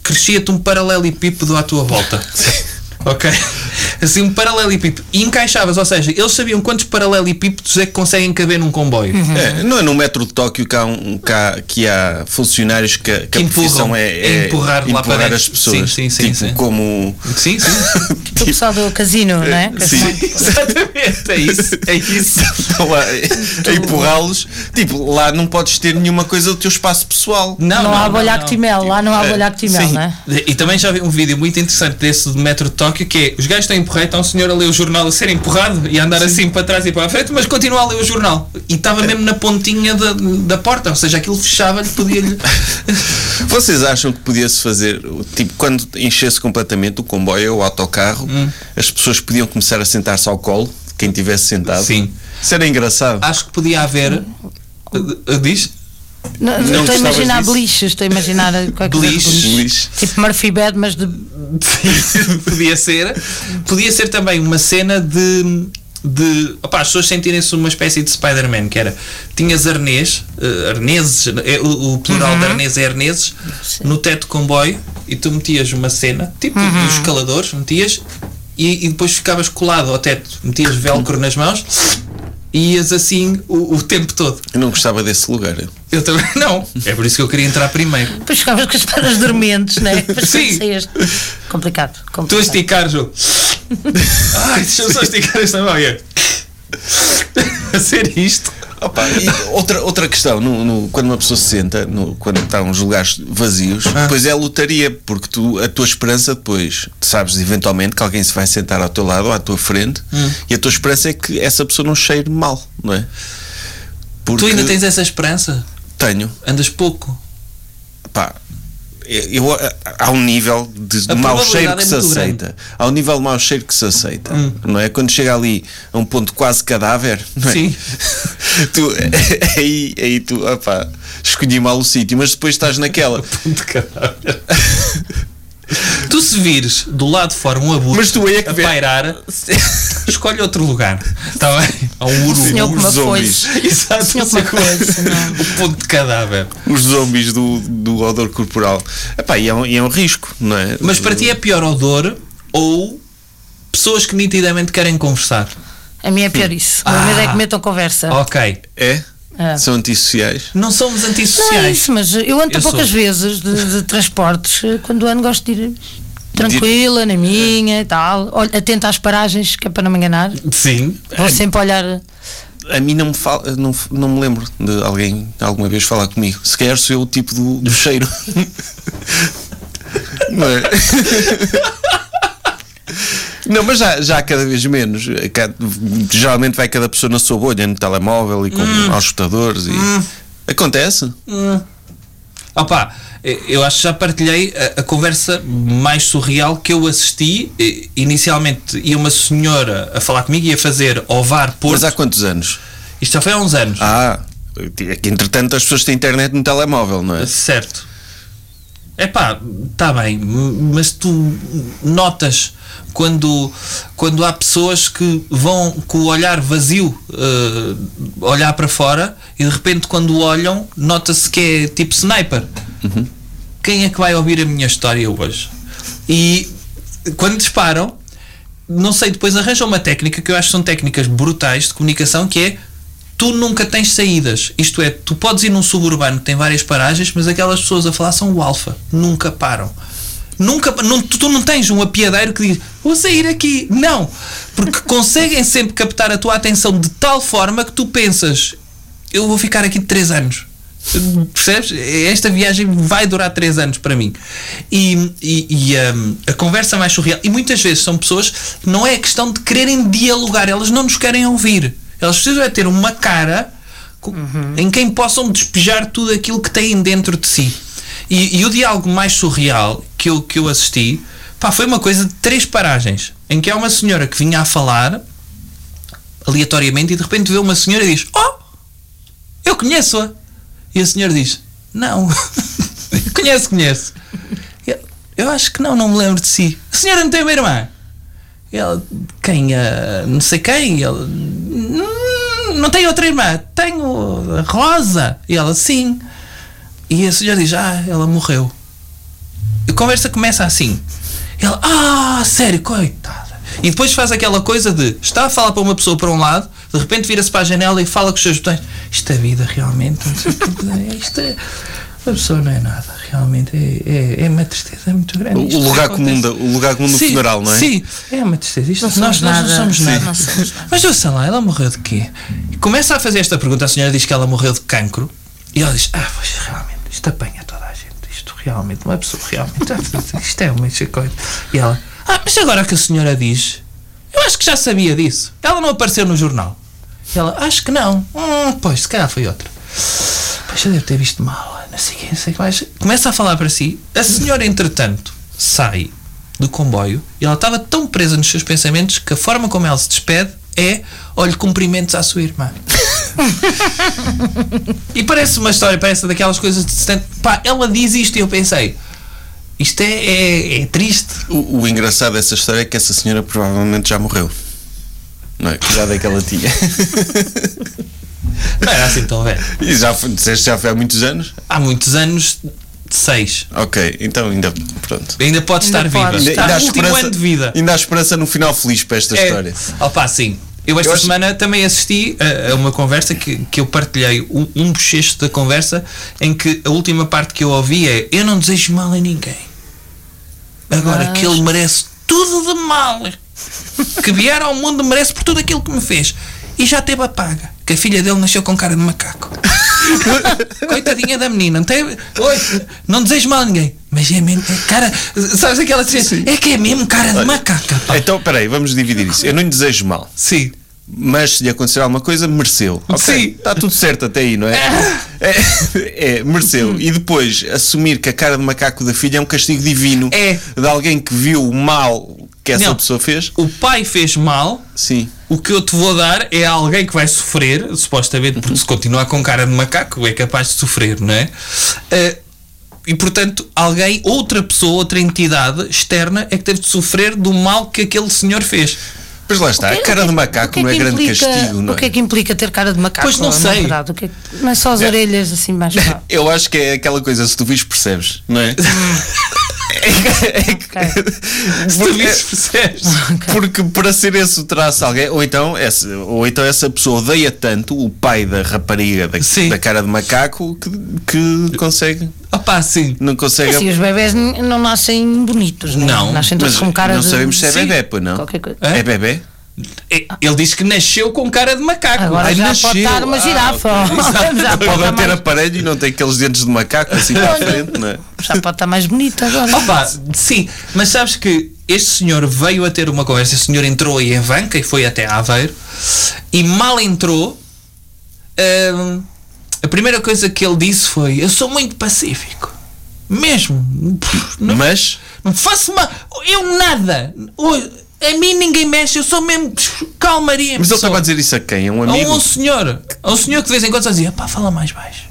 Speaker 5: crescia-te um paralelepípedo à tua volta. ok? Assim, um paralelepípedo. E encaixavas, ou seja, eles sabiam quantos paralelepípedos é que conseguem caber num comboio.
Speaker 3: É, não é no metro de Tóquio que há, um, que há, que há funcionários que, que
Speaker 5: Que
Speaker 3: a
Speaker 5: empurram,
Speaker 3: profissão é,
Speaker 5: é empurrar lá para dentro.
Speaker 3: as pessoas.
Speaker 5: Sim, sim, sim,
Speaker 3: tipo
Speaker 5: sim.
Speaker 3: como.
Speaker 5: Sim, sim.
Speaker 6: O pessoal do casino, não é?
Speaker 3: Sim.
Speaker 5: Exatamente, é isso. É isso.
Speaker 3: Estão lá a empurrá-los. Tipo, lá não podes ter nenhuma coisa do teu espaço pessoal.
Speaker 6: Não, há bolha actimel, lá não há
Speaker 3: É,
Speaker 6: bolha actimel,
Speaker 3: sim.
Speaker 6: não é?
Speaker 5: E também já vi um vídeo muito interessante desse do metro de Tóquio que é os gajos estão a empurrar, está um senhor a ler o jornal a ser empurrado e a andar assim para trás e para a frente, mas continua a ler o jornal. E estava
Speaker 6: É.
Speaker 5: mesmo na pontinha da, da porta, ou seja, aquilo fechava-lhe, podia-lhe.
Speaker 3: Vocês acham que podia-se fazer, tipo, quando enchesse completamente o comboio ou o autocarro,
Speaker 5: Hum.
Speaker 3: as pessoas podiam começar a sentar-se ao colo, de quem tivesse sentado?
Speaker 5: Sim. Ah.
Speaker 3: Isso era engraçado.
Speaker 5: Acho que podia haver. eh, eh, Diz?
Speaker 6: Não,
Speaker 3: Não
Speaker 6: estou a imaginar
Speaker 3: gostavas disso?
Speaker 6: bliches, estou a imaginar qualquer coisa.
Speaker 5: Beliche.
Speaker 6: de beliche.
Speaker 3: Feliz.
Speaker 6: Tipo Murphy Bed, mas de.
Speaker 5: podia ser. Podia ser também uma cena de. De, opá, as pessoas sentirem-se uma espécie de Spider-Man, que era tinhas arnês, eh, arneses, eh, o, o plural de arnês é arneses, no teto de comboio e tu metias uma cena, tipo dos escaladores, metias e, e depois ficavas colado ao teto, metias velcro nas mãos e ias assim o, o tempo todo.
Speaker 3: Eu não gostava desse lugar.
Speaker 5: Eu também não, é por isso que eu queria entrar primeiro.
Speaker 6: Depois ficavas com as pernas dormentes, não é? Depois
Speaker 5: Sim.
Speaker 6: quando saías- Complicado. complicado.
Speaker 5: Tu a esticar, Ju. Ai, deixa eu só esticar esta mão. olha. A ser isto.
Speaker 3: Opa, e outra, outra questão, no- no- quando uma pessoa se senta, no- quando estão uns lugares vazios,
Speaker 5: Ah.
Speaker 3: depois é a lotaria, porque tu, a tua esperança depois, tu sabes eventualmente que alguém se vai sentar ao teu lado ou à tua frente,
Speaker 5: Hum.
Speaker 3: e a tua esperança é que essa pessoa não cheire mal, não é?
Speaker 5: Tu
Speaker 3: Porque
Speaker 5: ainda tens essa esperança?
Speaker 3: Tenho.
Speaker 5: Andas pouco.
Speaker 3: pá, eu, eu- há um nível de, de
Speaker 5: A
Speaker 3: mau
Speaker 5: probabilidade
Speaker 3: cheiro que
Speaker 5: é
Speaker 3: se
Speaker 5: muito Hum.
Speaker 3: aceita. Há um nível de mau cheiro que se aceita. Não é? Quando chega ali a um ponto quase cadáver, não é?
Speaker 5: Sim.
Speaker 3: tu, aí, aí tu, opá, escolhi mal o sítio, mas depois estás naquela.
Speaker 5: Tu se vires do lado de fora um abuso
Speaker 3: Mas tu aí é que
Speaker 5: a
Speaker 3: vê.
Speaker 5: pairar, escolhe outro lugar. Está bem? Há um
Speaker 6: O
Speaker 5: uru.
Speaker 6: senhor com uma
Speaker 3: Os zombies.
Speaker 6: foice.
Speaker 5: Exato,
Speaker 6: Senhor
Speaker 5: assim,
Speaker 6: com uma coisa, não.
Speaker 5: o ponto de cadáver.
Speaker 3: Os zombies do, do odor corporal. Epá, e é, um, e é um risco, não é?
Speaker 5: Mas para ti é pior odor ou pessoas que nitidamente querem conversar?
Speaker 6: A minha é pior isso. O meu medo é que metam conversa.
Speaker 5: Ok.
Speaker 3: É?
Speaker 6: É.
Speaker 3: São antissociais?
Speaker 5: Não somos
Speaker 6: Não
Speaker 5: antissociais.
Speaker 6: é isso, mas eu ando
Speaker 5: Eu sou.
Speaker 6: poucas vezes de, de transportes. eh, Quando ando, gosto de ir tranquila, na minha e tal. Olho- Atento às paragens, que é para não me enganar.
Speaker 5: Sim.
Speaker 6: Vou sempre olhar.
Speaker 3: A mim não me, fala, não, não me lembro de alguém alguma vez falar comigo. Se calhar sou eu o tipo do, do cheiro. não é? Não, mas já, já há cada vez menos. Ca- Geralmente vai cada pessoa na sua bolha, no telemóvel e com aos escutadores. E... Acontece?
Speaker 5: Opa, eh, eu acho que já partilhei a, a conversa mais surreal que eu assisti. eh, E, Inicialmente ia uma senhora a falar comigo e a fazer ovar
Speaker 3: Mas
Speaker 5: Porto.
Speaker 3: há quantos anos?
Speaker 5: Isto já foi há uns anos.
Speaker 3: Ah, é que entretanto as pessoas têm internet no telemóvel, não é?
Speaker 5: Certo. É pá, está bem, mas tu notas quando, quando há pessoas que vão com o olhar vazio eh, olhar para fora e de repente quando olham nota-se que é tipo sniper. Quem é que vai ouvir a minha história hoje? E quando disparam, não sei, depois arranjam uma técnica que eu acho que são técnicas brutais de comunicação que é tu nunca tens saídas. Isto é, tu podes ir num suburbano que tem várias paragens, mas aquelas pessoas a falar são o alfa, nunca param. Nunca, não- tu, tu não tens um apiadeiro que diz vou sair aqui. Não, porque conseguem sempre captar a tua atenção de tal forma que tu pensas eu vou ficar aqui de 3 anos. Percebes? Esta viagem vai durar 3 anos para mim. E, e- e, hum, a conversa mais surreal. E muitas vezes são pessoas que não é questão de quererem dialogar, elas não nos querem ouvir. Elas precisam é ter uma cara co- em quem possam despejar tudo aquilo que têm dentro de si. E, e o diálogo mais surreal que eu, que eu assisti pá, foi uma coisa de três paragens em que há uma senhora que vinha a falar aleatoriamente e de repente vê uma senhora e diz: Oh! eu conheço-a. E a senhora diz, não, conhece, conhece. Eu, eu acho que não, não me lembro de si. A senhora não tem uma irmã? E ela, quem, a não sei quem? E ela, "Hum, não tem outra irmã? Tenho a Rosa. E ela, sim. E a senhora diz, ah, ela morreu. A conversa começa assim. Ela, ah, sério, coitada. E depois faz aquela coisa de está a falar para uma pessoa para um lado, de repente vira-se para a janela e fala com os seus botões. Isto é vida, realmente. não sei o que é, Isto é. A pessoa não é nada, realmente. É, é, é uma tristeza muito grande.
Speaker 3: O-
Speaker 5: Isto
Speaker 3: O lugar
Speaker 5: acontece.
Speaker 3: comum, da- o lugar comum do
Speaker 5: Sim,
Speaker 3: funeral, não é?
Speaker 5: Sim, é uma tristeza. Isto,
Speaker 6: Não
Speaker 5: nós,
Speaker 6: somos
Speaker 5: nós não
Speaker 6: nada.
Speaker 5: somos
Speaker 6: Sim.
Speaker 5: nada.
Speaker 6: Não somos nada.
Speaker 5: Mas ouça lá, ela morreu de quê? E Começa a fazer esta pergunta, a senhora diz que ela morreu de cancro e ela diz, ah, pois realmente, isto apanha toda a gente, isto realmente, uma pessoa realmente, ah, isto é uma coisa. E ela, ah, mas agora que a senhora diz, eu acho que já sabia disso, ela não apareceu no jornal. E ela, acho que não, hum, pois, se calhar foi outra. Pois eu devo ter visto mal, não sei o que, não sei o que mais. Começa a falar para si. A senhora, entretanto, sai do comboio e ela estava tão presa nos seus pensamentos que a forma como ela se despede é: olhe, cumprimentos à sua irmã. e parece uma história, parece daquelas coisas de. stand- Pá, ela diz isto e eu pensei: isto é, é, é triste.
Speaker 3: O, o engraçado dessa história é que essa senhora provavelmente já morreu. Não é? Que idade é que ela tinha?
Speaker 5: Não era assim tão velho.
Speaker 3: E já foi, disseste já foi há muitos anos?
Speaker 5: Há muitos anos, seis.
Speaker 3: Ok, então ainda. Pronto.
Speaker 5: Ainda pode estar
Speaker 6: Ainda
Speaker 5: viva.
Speaker 6: pode
Speaker 5: Está
Speaker 3: ainda há
Speaker 5: no último ano de vida. É.
Speaker 3: Ainda há esperança no final feliz para esta história.
Speaker 5: Opa, sim. Eu esta
Speaker 3: Eu acho-
Speaker 5: semana também assisti a, a uma conversa que, que eu partilhei, um, um bochecho da conversa, em que a última parte que eu ouvi é Eu não desejo mal a ninguém. Agora que ele merece tudo de mal que vier ao mundo merece por tudo aquilo que me fez. E já teve a paga, que a filha dele nasceu com cara de macaco. Coitadinha da menina, não teve. Oi, não desejo mal a ninguém, mas é mesmo. é cara, sabes aquela diferença? É que é mesmo cara de macaca, pá.
Speaker 3: Então, peraí, vamos dividir isso. Eu não lhe desejo mal,
Speaker 5: Sim.
Speaker 3: mas se lhe acontecer alguma coisa, mereceu. Ok,
Speaker 5: Sim.
Speaker 3: Está tudo certo até aí, não é? É, é, mereceu. E depois, assumir que a cara de macaco da filha é um castigo divino
Speaker 5: É.
Speaker 3: de alguém que viu o mal que essa
Speaker 5: Não.
Speaker 3: pessoa fez.
Speaker 5: O pai fez mal,
Speaker 3: Sim.
Speaker 5: o que eu te vou dar é alguém que vai sofrer, supostamente,
Speaker 3: Uhum.
Speaker 5: porque se continuar com cara de macaco é capaz de sofrer, não é? Eh, e portanto, alguém, outra pessoa, outra entidade externa é que teve de sofrer do mal que aquele senhor fez.
Speaker 3: Pois lá está, a cara de macaco não é, grande castigo, não
Speaker 6: O que é
Speaker 3: é?
Speaker 6: que implica ter cara de macaco?
Speaker 5: Pois não
Speaker 6: na
Speaker 5: sei.
Speaker 6: verdade? O que é que- não é só as orelhas assim mais para-
Speaker 3: Eu acho que é aquela coisa, se tu vis, percebes, não é?
Speaker 6: Ok.
Speaker 5: Se tu vires, percebes?
Speaker 3: Porque para ser esse o traço de alguém, ou então, essa, ou então essa pessoa odeia tanto o pai da rapariga da,
Speaker 5: Sim.
Speaker 3: da cara de macaco que, que consegue,
Speaker 5: Opa, sim.
Speaker 3: não consegue.
Speaker 6: Assim, os bebés n- não nascem bonitos, né?
Speaker 5: Não,
Speaker 6: Nascem todos
Speaker 3: mas
Speaker 6: com cara
Speaker 3: não
Speaker 6: de.
Speaker 3: sabemos se é
Speaker 5: Sim.
Speaker 3: bebê, pois não?
Speaker 6: Qualquer coisa.
Speaker 5: Hã?
Speaker 3: É bebê?
Speaker 5: E- Eh, Ele diz que nasceu com cara de macaco.
Speaker 6: Agora
Speaker 5: Ai,
Speaker 6: já
Speaker 5: nasceu.
Speaker 6: pode estar uma
Speaker 5: Ah,
Speaker 6: girafa. já, pode estar
Speaker 3: Pode ter
Speaker 6: mais,
Speaker 3: aparelho e não tem aqueles dentes de macaco assim para a frente, não é?
Speaker 6: já pode estar mais bonita agora.
Speaker 5: Opa, sim, mas sabes que este senhor veio a ter uma conversa. Este senhor entrou em Evanca e foi até Aveiro e mal entrou. hum, a primeira coisa que ele disse foi: Eu sou muito pacífico, mesmo, Pff, não,
Speaker 3: Mas
Speaker 5: não faço uma. Eu nada. Hoje- A mim ninguém mexe, eu sou mesmo. Calmaria.
Speaker 3: Mas ele
Speaker 5: pessoal.
Speaker 3: estava a dizer isso a quem? A um
Speaker 5: A
Speaker 3: amigo?
Speaker 5: um senhor, a um senhor que de vez em quando só dizia, pá, fala mais baixo.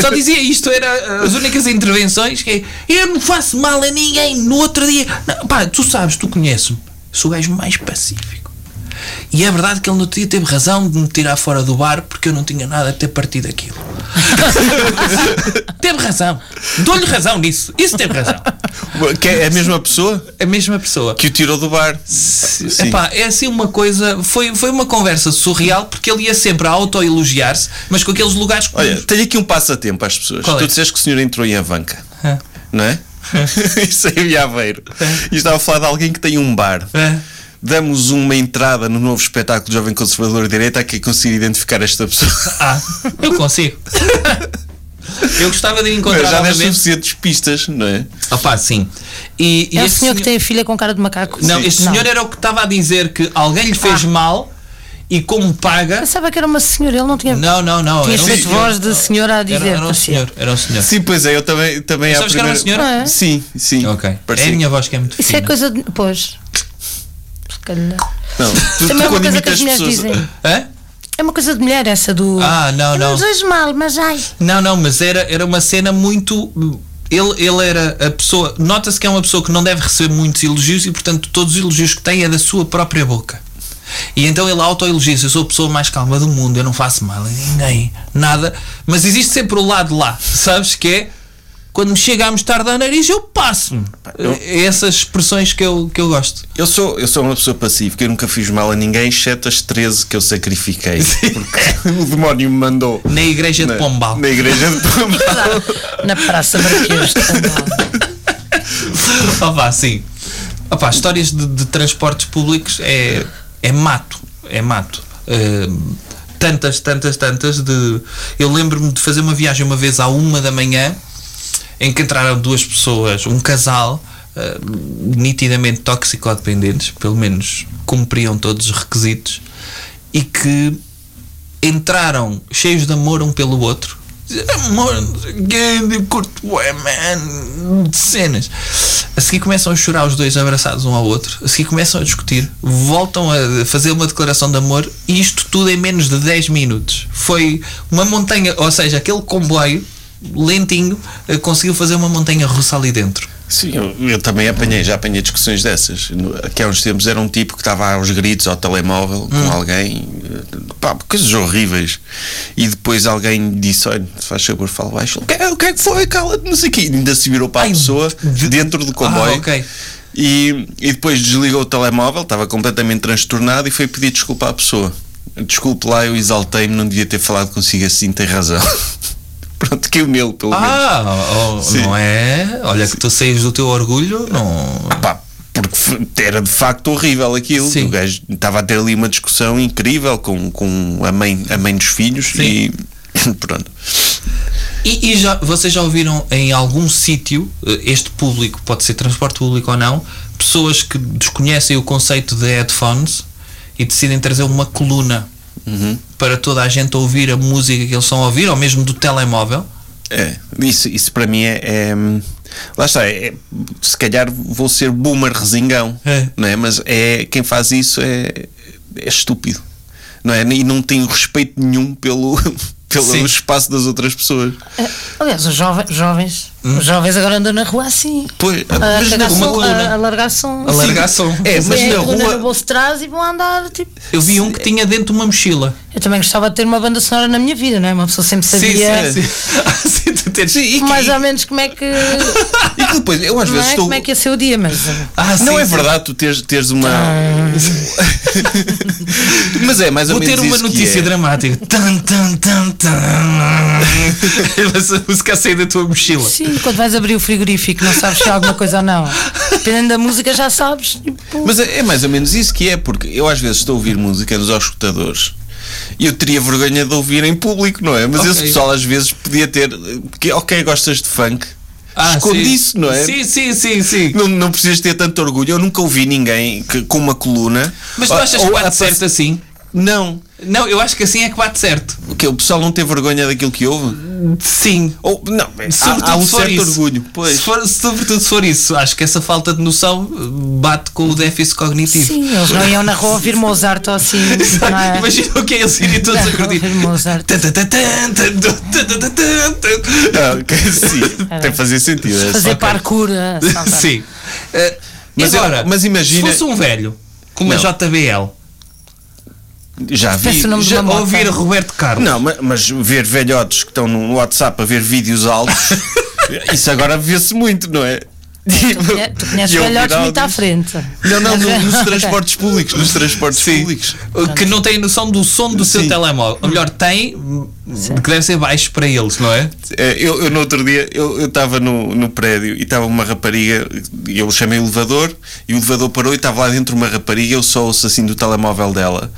Speaker 5: Só dizia isto, era eh, as únicas intervenções que é, eu não faço mal a ninguém. No outro dia, não, pá, tu sabes, tu conheces-me, sou o gajo mais pacífico. E é verdade que ele no outro dia teve razão de me tirar fora do bar porque eu não tinha nada a ter partido aquilo. teve razão, dou-lhe razão nisso, isso teve razão.
Speaker 3: Que é a mesma pessoa
Speaker 5: A mesma pessoa.
Speaker 3: que o tirou do bar. Sim.
Speaker 5: Epá, é assim uma coisa. Foi, foi uma conversa surreal porque ele ia sempre a autoelogiar-se, mas com aqueles lugares. que-
Speaker 3: Olha, tenho aqui um passatempo às pessoas.
Speaker 5: Qual é?
Speaker 3: tu disseste que o senhor entrou em Avanca,
Speaker 5: É.
Speaker 3: não é? e saiu em Aveiro. E estava a falar de alguém que tem um bar.
Speaker 5: É.
Speaker 3: Damos uma entrada no novo espetáculo de Jovem Conservador de Direita a quem consiga identificar esta pessoa.
Speaker 5: Ah, eu consigo. eu gostava de ir encontrar
Speaker 3: Já deste
Speaker 5: novamente.
Speaker 3: suficientes pistas, não é?
Speaker 5: Opá, sim. E, e
Speaker 6: É o
Speaker 5: este
Speaker 6: senhor que tem Ah. a filha com cara de macaco.
Speaker 5: Não,
Speaker 6: Sim.
Speaker 5: este senhor era o que estava a dizer que alguém lhe fez mal e como paga.
Speaker 6: Pensava que era uma senhora, ele não tinha.
Speaker 5: Não, não, não.
Speaker 6: É Tinha
Speaker 5: era um
Speaker 6: feito
Speaker 5: senhor.
Speaker 6: voz de senhora a
Speaker 5: Era,
Speaker 6: dizer. tá
Speaker 5: era um
Speaker 6: parecia.
Speaker 5: senhor. Era um senhor.
Speaker 3: Sim, pois é, eu também, também à
Speaker 5: Sabes que era uma
Speaker 3: primeira-
Speaker 5: senhora?
Speaker 6: Ah,
Speaker 3: Sim, sim.
Speaker 5: Ok. É
Speaker 3: Parecia-
Speaker 5: a minha voz que é muito
Speaker 6: Isso
Speaker 5: fina.
Speaker 6: é coisa de. Pois. Se calhar.
Speaker 3: Não, tu, tu
Speaker 6: Também é uma
Speaker 3: quando
Speaker 6: coisa que as
Speaker 3: imitas
Speaker 6: mulheres
Speaker 3: pessoas.
Speaker 6: dizem.
Speaker 5: Hã?
Speaker 6: É uma coisa de mulher essa do.
Speaker 5: Ah, não,
Speaker 6: Eu
Speaker 5: não.
Speaker 6: Não desejo mal, mas ai.
Speaker 5: Não, não, mas era, era uma cena muito. Ele, ele era a pessoa. Nota-se que é uma pessoa que não deve receber muitos elogios e, portanto, todos os elogios que tem é da sua própria boca. E então ele autoelogia-se. Eu sou a pessoa mais calma do mundo, eu não faço mal a ninguém, nada. Mas existe sempre o lado lá, sabes? Que é quando me chega a mostrar da nariz, eu passo-me. É Essas expressões que eu, que eu gosto.
Speaker 3: Eu sou, eu sou uma pessoa pacífica, eu nunca fiz mal a ninguém, exceto as 13 que eu sacrifiquei. Porque o demónio me mandou.
Speaker 5: Na igreja de
Speaker 3: Na-
Speaker 5: Pombal.
Speaker 3: Na igreja de Pombal.
Speaker 6: Na praça Marquês. de Pombal.
Speaker 5: Opá, sim. Opá, histórias de, de transportes públicos é, é mato. É mato. Hum, tantas, tantas, tantas. De... Eu lembro-me de fazer uma viagem uma vez à uma da manhã em que entraram duas pessoas, um casal. hum, nitidamente toxicodependentes, pelo menos cumpriam todos os requisitos e que entraram cheios de amor um pelo outro. Amor, não sei o quê, eu curto, ué, man, de cenas. A seguir começam a chorar os dois abraçados um ao outro, a seguir começam a discutir, voltam a fazer uma declaração de amor e isto tudo em menos de 10 minutos. Foi uma montanha, ou seja, aquele comboio lentinho eh, conseguiu fazer uma montanha russa ali dentro.
Speaker 3: Sim, eu, eu também apanhei, já apanhei discussões dessas. No- Aqui há uns tempos era um tipo que estava aos gritos ao telemóvel com
Speaker 5: Hum.
Speaker 3: alguém, eh, pá, coisas horríveis. E depois alguém disse: Olha, se faz favor, fala baixo. O que, é- o que é que foi? Cala-te, não sei o quê. E ainda se virou para a
Speaker 5: Ai,
Speaker 3: pessoa
Speaker 5: de-
Speaker 3: dentro do comboio.
Speaker 5: Ah, ok.
Speaker 3: E, e depois desligou o telemóvel, estava completamente transtornado e foi pedir desculpa à pessoa. Desculpe lá, eu exaltei-me, não devia ter falado consigo assim, tem razão. Pronto, caiu nele, pelo menos.
Speaker 5: Ah, oh,
Speaker 3: Sim.
Speaker 5: não é? Olha que tu saís do teu orgulho, não.
Speaker 3: Pá, porque f- era de facto horrível aquilo.
Speaker 5: Sim.
Speaker 3: O gajo estava a ter ali uma discussão incrível com, com a, mãe, a mãe dos filhos
Speaker 5: Sim.
Speaker 3: e pronto.
Speaker 5: E, e já, vocês já ouviram em algum sítio, eh, este público, pode ser transporte público ou não, pessoas que desconhecem o conceito de headphones e decidem trazer uma coluna
Speaker 3: Uhum.
Speaker 5: para toda a gente ouvir a música que eles estão a ouvir, ou mesmo do telemóvel?
Speaker 3: É, isso, isso para mim é. é, lá está, é, é, se calhar vou ser boomer resingão,
Speaker 5: É.
Speaker 3: não é? Mas é, quem faz isso é, é estúpido, não é? E não tem respeito nenhum pelo,
Speaker 5: Sim.
Speaker 3: pelo espaço das outras pessoas.
Speaker 6: Aliás, os jovens, jovens, os jovens agora andam na rua assim.
Speaker 3: Hum? Pois,
Speaker 6: A,
Speaker 3: mas
Speaker 6: cagar
Speaker 3: não-
Speaker 5: uma
Speaker 6: som,
Speaker 5: coluna.
Speaker 6: a, a largar som.
Speaker 5: A largar som.
Speaker 3: é, mas
Speaker 6: Põem
Speaker 3: na
Speaker 6: a coluna no
Speaker 3: rua.
Speaker 6: bolso de trás e vão andar tipo.
Speaker 5: Eu vi um que tinha dentro de uma mochila.
Speaker 6: Eu também gostava de ter uma banda sonora na minha vida, não é? Uma pessoa sempre sabia
Speaker 5: Sim, sim, sim. Ah, sim, tu tens-
Speaker 3: Sim, e, que-
Speaker 6: mais ou menos como é que.
Speaker 3: e que depois, eu às
Speaker 6: não
Speaker 3: vezes
Speaker 6: é?
Speaker 3: estou.
Speaker 6: Como é que ia ser o dia, mas.
Speaker 5: Ah, sim,
Speaker 3: não é
Speaker 5: sim.
Speaker 3: verdade tu teres, teres uma. Ah. Mas é mais ou
Speaker 5: Vou ter
Speaker 3: menos
Speaker 5: uma
Speaker 3: isso que
Speaker 5: notícia
Speaker 3: é.
Speaker 5: dramática. Tan, tan, tan, tan. Essa música a sair da tua mochila.
Speaker 6: Sim, quando vais abrir o frigorífico, não sabes se há alguma coisa ou não. Dependendo da música, já sabes. Tipo,
Speaker 3: Mas é, é mais ou menos isso que é, porque eu às vezes estou a ouvir música nos escutadores e eu teria vergonha de ouvir em público, não é? Mas esse
Speaker 5: Ok.
Speaker 3: pessoal às vezes podia ter. Porque, ok, gostas de funk. Esconde
Speaker 5: Ah, sim.
Speaker 3: isso, não é?
Speaker 5: Sim, sim, sim, sim.
Speaker 3: Não, não precisas ter tanto orgulho. Eu nunca ouvi ninguém que- com uma coluna.
Speaker 5: Mas tu achas
Speaker 3: Ou-
Speaker 5: que
Speaker 3: Ah, ou a
Speaker 5: bate
Speaker 3: passe-
Speaker 5: certo assim?
Speaker 3: Não.
Speaker 5: Não, eu acho que assim é que bate certo.
Speaker 3: O que O pessoal não tem vergonha daquilo que houve?
Speaker 5: Sim.
Speaker 3: Ou, não, é-
Speaker 5: Sobretudo
Speaker 3: há, há um
Speaker 5: se for
Speaker 3: certo
Speaker 5: isso.
Speaker 3: orgulho. Pois.
Speaker 5: Se for- sobretudo se for isso, acho que essa falta de noção uh, bate com o déficit cognitivo.
Speaker 6: Sim, eles não iam na rua ouvir Mozart ou assim. não é?
Speaker 5: Imagina o que é eles irem todos
Speaker 6: Não, é-
Speaker 5: a curtir.
Speaker 6: ouvir Mozart.
Speaker 5: Tan, tan, tan, tan, tan, tan, tan, tan, tan.
Speaker 3: Ah, ok, sim, tem que fazer sentido. é
Speaker 6: Fazer
Speaker 3: só-
Speaker 6: parkour. ah, saltar.
Speaker 5: Sim. Uh,
Speaker 3: Mas eu-
Speaker 5: agora,
Speaker 3: mas imagina-
Speaker 5: Se fosse um velho com uma
Speaker 3: Não.
Speaker 5: JBL,
Speaker 3: Já vi.
Speaker 6: Peço o nome de
Speaker 5: já
Speaker 6: uma moto.
Speaker 5: ouvir Roberto Carlos.
Speaker 3: Não, ma- mas, ver velhotes que estão no WhatsApp a ver vídeos altos, isso agora vê-se muito, não é?
Speaker 6: Tu conhe- Tu conheces
Speaker 3: E é um ouvir
Speaker 6: velhotes muito à
Speaker 3: áudios.
Speaker 6: frente.
Speaker 3: Não, não, no- nos
Speaker 6: Ok.
Speaker 3: transportes públicos, nos transportes públicos.
Speaker 5: Que não têm noção do som do seu
Speaker 3: Sim.
Speaker 5: telemóvel. Ou melhor, tem, que deve ser baixo para eles, não é?
Speaker 3: É, Eu, eu no outro dia eu eu estava no, no prédio e estava uma rapariga, e eu chamei o elevador e o elevador parou e estava lá dentro uma rapariga, eu só ouço assim do telemóvel dela.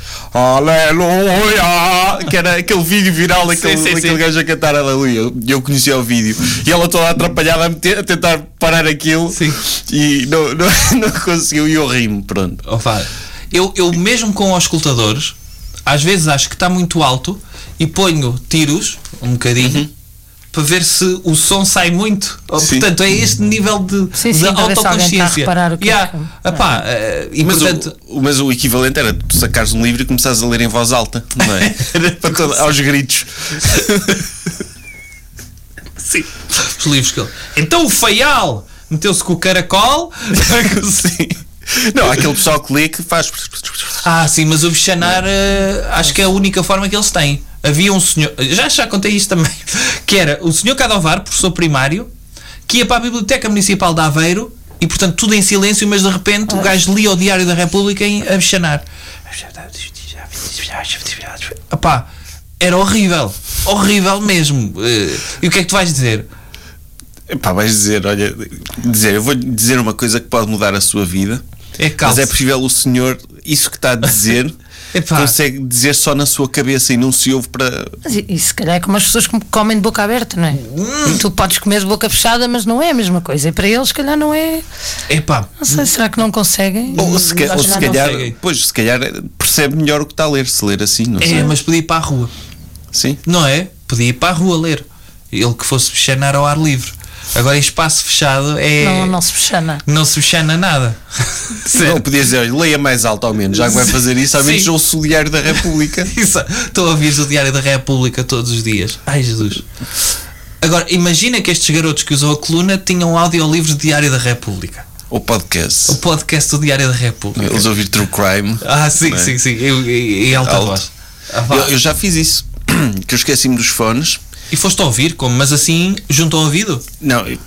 Speaker 3: Aleluia! Que era aquele vídeo viral daquele,
Speaker 5: sim,
Speaker 3: daquele
Speaker 5: sim.
Speaker 3: gajo a cantar Aleluia. Eu- Eu conhecia o vídeo. E ela toda atrapalhada a, meter- a tentar parar aquilo
Speaker 5: Sim.
Speaker 3: e não, não, não conseguiu e eu rimo, pronto.
Speaker 5: Opa, eu, eu mesmo com os escutadores, às vezes acho que está muito alto e ponho tiros um bocadinho para ver se o som sai muito. Ou,
Speaker 3: Uhum. Oh, Sim.
Speaker 5: Portanto, é este nível de,
Speaker 6: Uhum. Sim, sim,
Speaker 5: de
Speaker 6: para ver se alguém está a
Speaker 5: autoconsciência.
Speaker 6: reparar o que é
Speaker 5: Yeah.
Speaker 6: que-
Speaker 5: Epá, eh, e
Speaker 3: Mas,
Speaker 5: portanto,
Speaker 3: o, mas o equivalente era tu sacares um livro e começares a ler em voz alta, não é? Para toda- aos gritos.
Speaker 5: sim, os livros que ele. Então o feial meteu-se com o caracol.
Speaker 3: Sim. Não, há aquele pessoal que lê que faz.
Speaker 5: Ah, sim, mas o bichanar eh, acho que é a única forma que eles têm. Havia um senhor, já já contei isto também, que era o senhor Cadovar, professor primário, que ia para a Biblioteca Municipal de Aveiro e, portanto, tudo em silêncio, mas de repente
Speaker 3: Ah.
Speaker 5: o gajo lia o Diário da República em a bichanar. Epá, era horrível, horrível mesmo. Eh, E o que é que tu vais dizer?
Speaker 3: Pá, vais dizer, olha, dizer, eu vou lhe dizer uma coisa que pode mudar a sua vida.
Speaker 5: É
Speaker 3: Mas
Speaker 5: calça.
Speaker 3: é possível o senhor, isso que está a dizer,
Speaker 5: Epá.
Speaker 3: consegue dizer só na sua cabeça e não se ouve para.
Speaker 6: Mas E, e se calhar é como as pessoas que comem de boca aberta, não é?
Speaker 3: Hum.
Speaker 6: Tu podes comer de boca fechada, mas não é a mesma coisa. E para eles, se calhar, não é.
Speaker 5: Epá,
Speaker 6: Não sei, será que não conseguem?
Speaker 3: Ou se, ca- ou
Speaker 6: Hum,
Speaker 3: se
Speaker 6: Acho que não
Speaker 3: calhar,
Speaker 5: conseguem.
Speaker 3: pois, se calhar eh, percebe melhor o que está a ler, se ler assim, não sei.
Speaker 5: é, mas podia ir para a rua.
Speaker 3: Sim.
Speaker 5: Não é? Podia ir para a rua ler. Ele que fosse bichanar ao ar livre. Agora, em espaço fechado é.
Speaker 6: Não, não se fechana.
Speaker 5: não se bichana nada.
Speaker 3: Não podia dizer, olha, leia mais alto ao menos, já que vai fazer isso, ao
Speaker 5: Sim.
Speaker 3: menos ouço o Diário da República.
Speaker 5: Isso. é, Estou a ouvir o Diário da República todos os dias. Ai, Jesus. Agora, imagina que estes garotos que usam a coluna tinham um audiolivro de Diário da República.
Speaker 3: Ou podcast.
Speaker 5: O podcast do Diário da República.
Speaker 3: Eles ouvir True Crime.
Speaker 5: Ah, sim,
Speaker 3: Não é?
Speaker 5: sim, sim. Eu, e, e alta
Speaker 3: Alto.
Speaker 5: voz. Ah, vá.
Speaker 3: Eu, eu já fiz isso, que eu esqueci-me dos fones.
Speaker 5: E foste a ouvir, como? Mas assim, junto ao ouvido?
Speaker 3: Não, eu-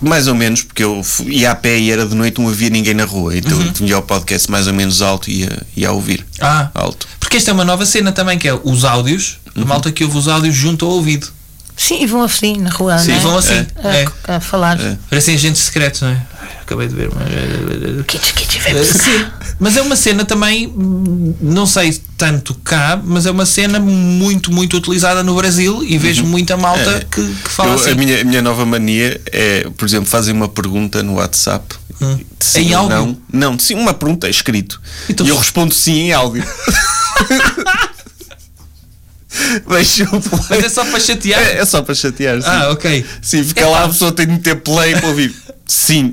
Speaker 3: mais ou menos, porque eu fu- ia a pé e era de noite, não havia ninguém na rua, então eu tinha o podcast mais ou menos alto e ia, ia a ouvir.
Speaker 5: Uhum. Ah.
Speaker 3: Alto.
Speaker 5: Porque esta é uma nova cena também, que é os áudios.
Speaker 3: Uhum.
Speaker 5: A malta que ouve os áudios junto ao ouvido.
Speaker 6: Sim, e vão assim na rua,
Speaker 5: Sim,
Speaker 6: não é?
Speaker 5: vão assim.
Speaker 6: A,
Speaker 5: É.
Speaker 6: a falar.
Speaker 5: Parecem agentes secretos, não é? Ai, Acabei de ver, mas.
Speaker 6: Kitsch, kitsch,
Speaker 5: Eh,
Speaker 6: vem.
Speaker 5: Sim, mas é uma cena também, hum, não sei tanto cá, mas é uma cena muito, muito utilizada no Brasil e vejo muita malta
Speaker 3: Uhum. É.
Speaker 5: que, que fala
Speaker 3: Eu-
Speaker 5: assim.
Speaker 3: a, minha, a minha nova mania é, por exemplo, fazem uma pergunta no WhatsApp.
Speaker 5: Hum.
Speaker 3: de Sim
Speaker 5: Em
Speaker 3: ou
Speaker 5: áudio?
Speaker 3: Não, não, sim, uma pergunta é escrito.
Speaker 5: E tu-
Speaker 3: E eu respondo sim em áudio. Deixa eu
Speaker 5: Mas é
Speaker 3: play.
Speaker 5: só para chatear.
Speaker 3: É, é só para chatear. Sim.
Speaker 5: Ah, ok.
Speaker 3: Sim, fica lá, a pessoa tem de meter play para ouvir. Sim.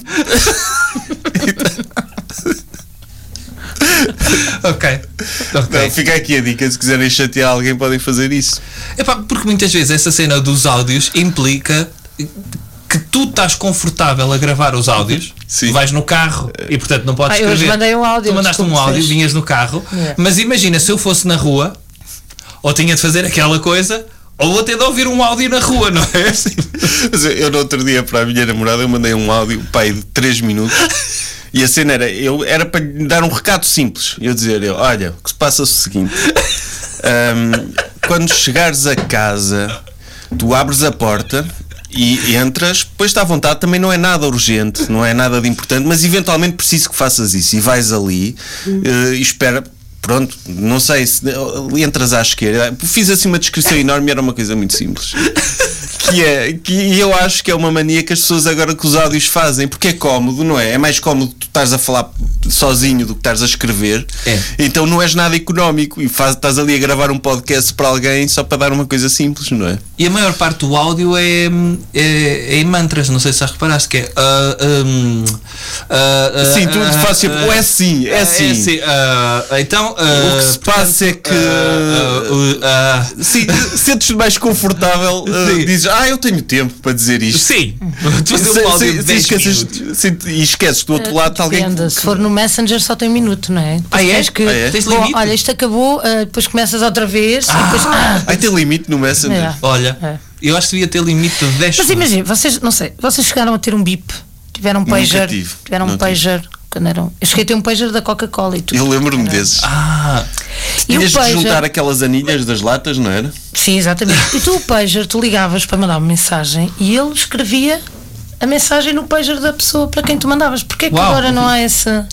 Speaker 5: Ok.
Speaker 3: Então,
Speaker 5: ok.
Speaker 3: fica aqui a dica, se quiserem chatear alguém podem fazer isso.
Speaker 5: Epá, porque muitas vezes essa cena dos áudios implica que tu estás confortável a gravar os áudios,
Speaker 3: Sim.
Speaker 5: vais no carro e portanto não podes
Speaker 6: Ah, eu
Speaker 5: escrever.
Speaker 6: hoje mandei um áudio,
Speaker 5: tu mandaste um
Speaker 6: desculpe, É.
Speaker 5: áudio,
Speaker 6: Sérgio.
Speaker 5: vinhas no carro,
Speaker 6: Yeah.
Speaker 5: mas imagina se eu fosse na rua ou tinha de fazer aquela coisa ou vou ter de ouvir um áudio na rua, não é?
Speaker 3: Mas eu, eu no outro dia para a minha namorada eu mandei um áudio pai de 3 minutos e a cena era, eu, era para lhe dar um recado simples. Eu dizer, eu, olha, o que se passa é o seguinte. Ahm, quando chegares a casa, tu abres a porta e entras, depois está à vontade, também não é nada urgente, não é nada de importante, mas eventualmente preciso que faças isso. E vais ali eh, e espera Pronto, não sei se eh, entras à esquerda. Fiz assim uma descrição enorme e era uma coisa muito simples. que é que eu acho que é uma mania que as pessoas agora que os áudios fazem, porque é cómodo, não é? É mais cómodo tu estás a falar sozinho do que estás a escrever,
Speaker 5: É.
Speaker 3: então não és nada económico e faz, estás ali a gravar um podcast para alguém só para dar uma coisa simples, não é?
Speaker 5: E a maior parte do áudio é, é, é em mantras, não sei se já reparaste, que é. ah, hum, ah, ah,
Speaker 3: Sim, tu
Speaker 5: ah,
Speaker 3: fazes sempre,
Speaker 5: ah,
Speaker 3: "Ou é sim, é
Speaker 5: ah,
Speaker 3: sim."
Speaker 5: ah, ah, então.
Speaker 3: O que se passa é que- Sim, sentes-te mais confortável, uh,
Speaker 5: Sim.
Speaker 3: dizes, ah, eu tenho tempo para dizer isto.
Speaker 5: sim, tu fazes um áudio de 10
Speaker 3: esqueces,
Speaker 5: minutos.
Speaker 3: sim, e esqueces que do
Speaker 6: Eh,
Speaker 3: outro lado está alguém.
Speaker 6: Depende,
Speaker 3: que-
Speaker 6: se for no Messenger só tem minuto, não é? Depois
Speaker 5: Ah, é?
Speaker 6: tens que.
Speaker 5: Ah, é? Tens
Speaker 6: Bom,
Speaker 5: limite?
Speaker 6: olha, isto acabou, ah, depois começas outra vez. e depois, ah,
Speaker 3: Aí tem limite no Messenger.
Speaker 6: É.
Speaker 5: Olha,
Speaker 6: É.
Speaker 5: eu acho que devia ter limite de 10
Speaker 6: Mas
Speaker 5: segundos.
Speaker 6: imagina, vocês, não sei, vocês chegaram a ter um bip, tiveram um
Speaker 3: Nunca
Speaker 6: pager,
Speaker 3: tive,
Speaker 6: tiveram
Speaker 3: não
Speaker 6: um
Speaker 3: tive.
Speaker 6: pager quando eram. Eu cheguei a ter um pager da Coca-Cola e tudo.
Speaker 3: Eu lembro-me desses.
Speaker 5: Ah,
Speaker 6: e
Speaker 3: Tinhas
Speaker 6: É. o
Speaker 3: de juntar
Speaker 6: pager,
Speaker 3: aquelas anilhas das latas, não era?
Speaker 6: sim, exatamente. E tu o pager, tu ligavas para mandar uma mensagem e ele escrevia a mensagem no pager da pessoa para quem tu mandavas. Porquê que
Speaker 5: Uau.
Speaker 6: agora não há essa?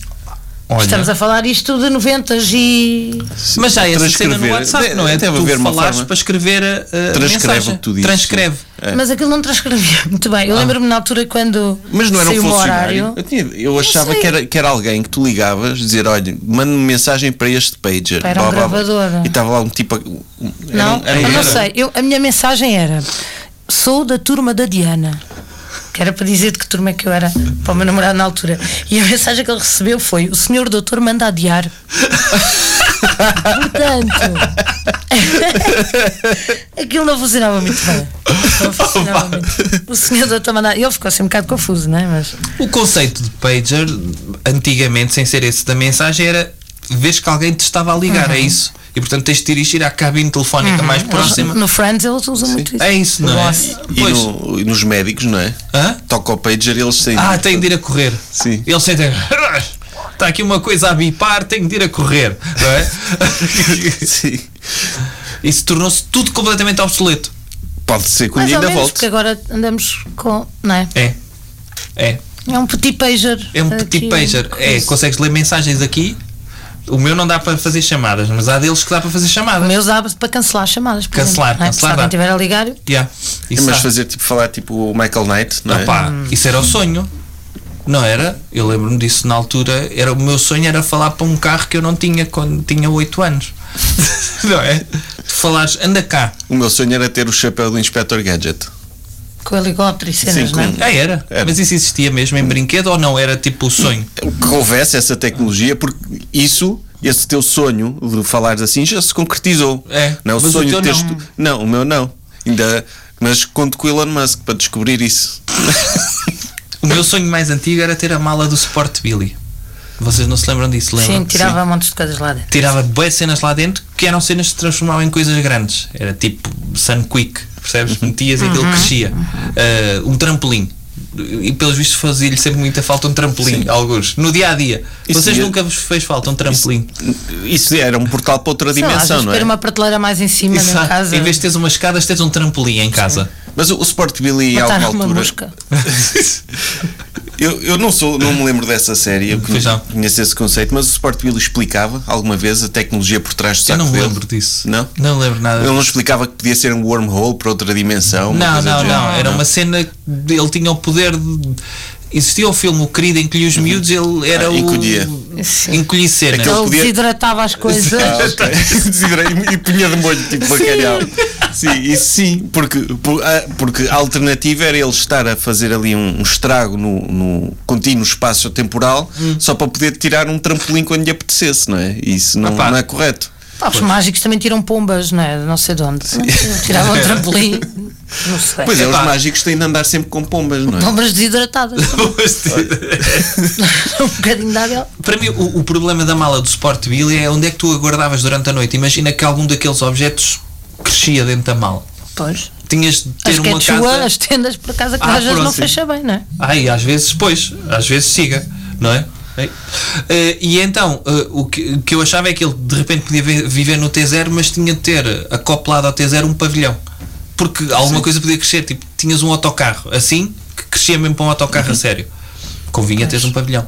Speaker 5: olha.
Speaker 6: Estamos a falar isto de 90 e
Speaker 5: Mas já há essa cena no
Speaker 3: Transcrever.
Speaker 5: WhatsApp, não é?
Speaker 3: Deve
Speaker 5: tu
Speaker 3: haver uma
Speaker 5: falares
Speaker 3: forma.
Speaker 5: para escrever a, a
Speaker 3: Transcreve
Speaker 5: mensagem.
Speaker 3: o que tu dizes,
Speaker 5: Transcreve.
Speaker 3: É.
Speaker 6: Mas aquilo não transcrevia muito bem. Eu lembro-me na altura quando
Speaker 3: Ah. Mas não era um
Speaker 6: saiu o
Speaker 3: funcionário.
Speaker 6: horário.
Speaker 3: Eu, tinha- eu achava
Speaker 6: sei.
Speaker 3: que era, que era alguém que tu ligavas, dizer: olha, manda-me mensagem para este pager.
Speaker 6: Era um
Speaker 3: blá, blá, blá.
Speaker 6: gravador.
Speaker 3: E estava lá um tipo. a- um- era
Speaker 6: Não,
Speaker 3: um- era
Speaker 6: eu
Speaker 3: um
Speaker 6: não
Speaker 3: gravador.
Speaker 6: sei. Eu, a minha mensagem era: sou da turma da Diana. Que era para dizer de que turma é que eu era para o meu namorado na altura. E a mensagem que ele recebeu foi: o senhor doutor manda adiar. Portanto, aquilo não funcionava muito bem. Não
Speaker 3: Oh,
Speaker 6: funcionava muito. bem. O senhor doutor manda. Ele ficou assim um bocado confuso, não é? Mas.
Speaker 5: O conceito de pager, antigamente, sem ser esse da mensagem, era vês que alguém te estava a ligar,
Speaker 6: Uhum.
Speaker 5: é isso? E portanto tens de te dirigir à cabine telefónica mais próxima.
Speaker 6: No Friends eles usam muito Uhum. isso.
Speaker 5: É isso, não é?
Speaker 6: Nossa.
Speaker 3: E,
Speaker 5: Pois.
Speaker 3: no- e nos médicos, não é?
Speaker 5: Hã?
Speaker 3: Toca o pager e eles saem.
Speaker 5: Ah, tenho de ir a correr.
Speaker 3: Sim.
Speaker 5: Eles sentem. Está aqui uma coisa a bipar, tenho de ir a correr. Não é?
Speaker 3: Sim.
Speaker 5: Isso tornou-se tudo completamente obsoleto.
Speaker 3: Pode ser que um
Speaker 6: Mais
Speaker 3: dia
Speaker 6: ou
Speaker 3: ainda
Speaker 6: menos,
Speaker 3: volte.
Speaker 6: porque agora andamos com. Não é?
Speaker 5: É. É.
Speaker 6: É um petit pager.
Speaker 5: É um
Speaker 6: aqui.
Speaker 5: petit pager. É, consegues ler mensagens aqui. O meu não dá para fazer chamadas, mas há deles que dá para fazer
Speaker 6: O
Speaker 5: chamadas.
Speaker 6: meu usava para cancelar chamadas. por
Speaker 5: Cancelar,
Speaker 6: exemplo, não é?
Speaker 5: cancelar
Speaker 6: Se alguém
Speaker 5: dá.
Speaker 6: estiver a ligar, eu-
Speaker 5: Yeah,
Speaker 3: É,
Speaker 5: isso
Speaker 3: mas
Speaker 5: há.
Speaker 3: fazer tipo, falar tipo o Michael Knight, não é?
Speaker 5: Opá, isso era o sonho. Não era? Eu lembro-me disso na altura. Era, o meu sonho era falar para um carro que eu não tinha quando tinha 8 anos. não é? Tu falares, anda cá.
Speaker 3: O meu sonho era ter o chapéu do Inspector Gadget.
Speaker 6: com o helicóptero e cenas,
Speaker 3: Sim,
Speaker 6: não é?
Speaker 3: com-
Speaker 5: Ah, era.
Speaker 3: Era.
Speaker 5: Mas isso existia mesmo em brinquedo ou não? Era tipo o sonho.
Speaker 3: que houvesse essa tecnologia, porque isso, esse teu sonho de falares assim, já se concretizou.
Speaker 5: É,
Speaker 3: não, o
Speaker 5: mas o
Speaker 3: sonho
Speaker 5: teu
Speaker 3: de teres
Speaker 5: não.
Speaker 3: tu- não, o meu não. Ainda, mas conto com o Elon Musk para descobrir isso.
Speaker 5: O meu sonho mais antigo era ter a mala do Sport Billy. Vocês não se lembram disso, lembram?
Speaker 6: Sim, tirava montes de coisas lá dentro.
Speaker 5: tirava boas cenas lá dentro que eram cenas que se transformavam em coisas grandes. Era tipo Sun Quick, percebes? Metias e aquilo
Speaker 3: Uhum.
Speaker 5: crescia. Ah, um trampolim. E pelos vistos fazia-lhe sempre muita falta um trampolim, alguns. No dia a dia.
Speaker 3: Isso
Speaker 5: Vocês
Speaker 3: ia-
Speaker 5: nunca vos fez falta um trampolim.
Speaker 3: Isso era um portal para outra
Speaker 6: Sei lá, às
Speaker 3: dimensão,
Speaker 6: vezes
Speaker 3: não
Speaker 6: pôr
Speaker 3: é?
Speaker 6: uma prateleira mais em cima
Speaker 5: Isso há-
Speaker 6: da casa.
Speaker 5: Em vez de teres umas escadas, tens um trampolim em casa.
Speaker 3: Mas o, o Sport Billy, a
Speaker 6: matar
Speaker 3: alguma
Speaker 6: uma
Speaker 3: altura.
Speaker 6: mosca.
Speaker 3: Eu, eu não sou, não me lembro dessa série, eu
Speaker 5: Pois não.
Speaker 3: conheço esse conceito, mas o Sport Billy explicava alguma vez a tecnologia por trás do
Speaker 5: Eu
Speaker 3: saco
Speaker 5: não me
Speaker 3: dele?
Speaker 5: lembro disso.
Speaker 3: Não?
Speaker 5: Não lembro nada.
Speaker 3: Ele não explicava que podia ser um wormhole para outra dimensão? uma
Speaker 5: Não,
Speaker 3: coisa do
Speaker 5: não,
Speaker 3: género,
Speaker 5: não. Era uma cena. de- Ele tinha o poder. De, existia o filme O Querido em que os miúdos. Ele era
Speaker 3: Ah,
Speaker 5: o.
Speaker 3: encolhia.
Speaker 6: Sim.
Speaker 5: Encolhia cenas.
Speaker 3: Aquele-
Speaker 6: Ele
Speaker 3: podia-
Speaker 6: desidratava as coisas.
Speaker 3: Ah, ok.
Speaker 6: é.
Speaker 3: Desidrei- e punha de molho tipo bacalhau. Sim, isso sim, porque, por- ah, porque a alternativa era ele estar a fazer ali um, um estrago no, no contínuo espaço temporal
Speaker 6: Hum.
Speaker 3: só para poder tirar um trampolim quando lhe apetecesse, não é? Isso não,
Speaker 5: Ah, pá.
Speaker 3: não é correto.
Speaker 6: Pá, os mágicos também tiram pombas, não é? Não sei de onde. Tiravam um trampolim. Não sei.
Speaker 3: Pois é, os
Speaker 5: Epá. Então,
Speaker 3: mágicos têm de andar sempre com pombas, não é?
Speaker 6: Pombas desidratadas. um bocadinho de água.
Speaker 5: Para mim, o, o problema da mala do Sport Billy é onde é que tu a guardavas durante a noite. Imagina que algum daqueles objetos crescia dentro da mala.
Speaker 6: Pois.
Speaker 5: Tinhas de ter
Speaker 6: As
Speaker 5: uma
Speaker 6: quechua,
Speaker 5: casa.
Speaker 6: as tendas por casa que
Speaker 5: Ah,
Speaker 6: às vezes
Speaker 5: pronto,
Speaker 6: não
Speaker 5: sim.
Speaker 6: fecha bem, não é?
Speaker 5: Ai, às vezes, pois, às vezes siga, não é? É. Eh, e então, eh, o, que, o que eu achava é que ele de repente podia vi- viver no T0, mas tinha de ter acoplado ao T0 um pavilhão. Porque alguma coisa podia crescer, tipo, tinhas um autocarro assim, que crescia mesmo para um autocarro a sério. Convinha teres um pavilhão.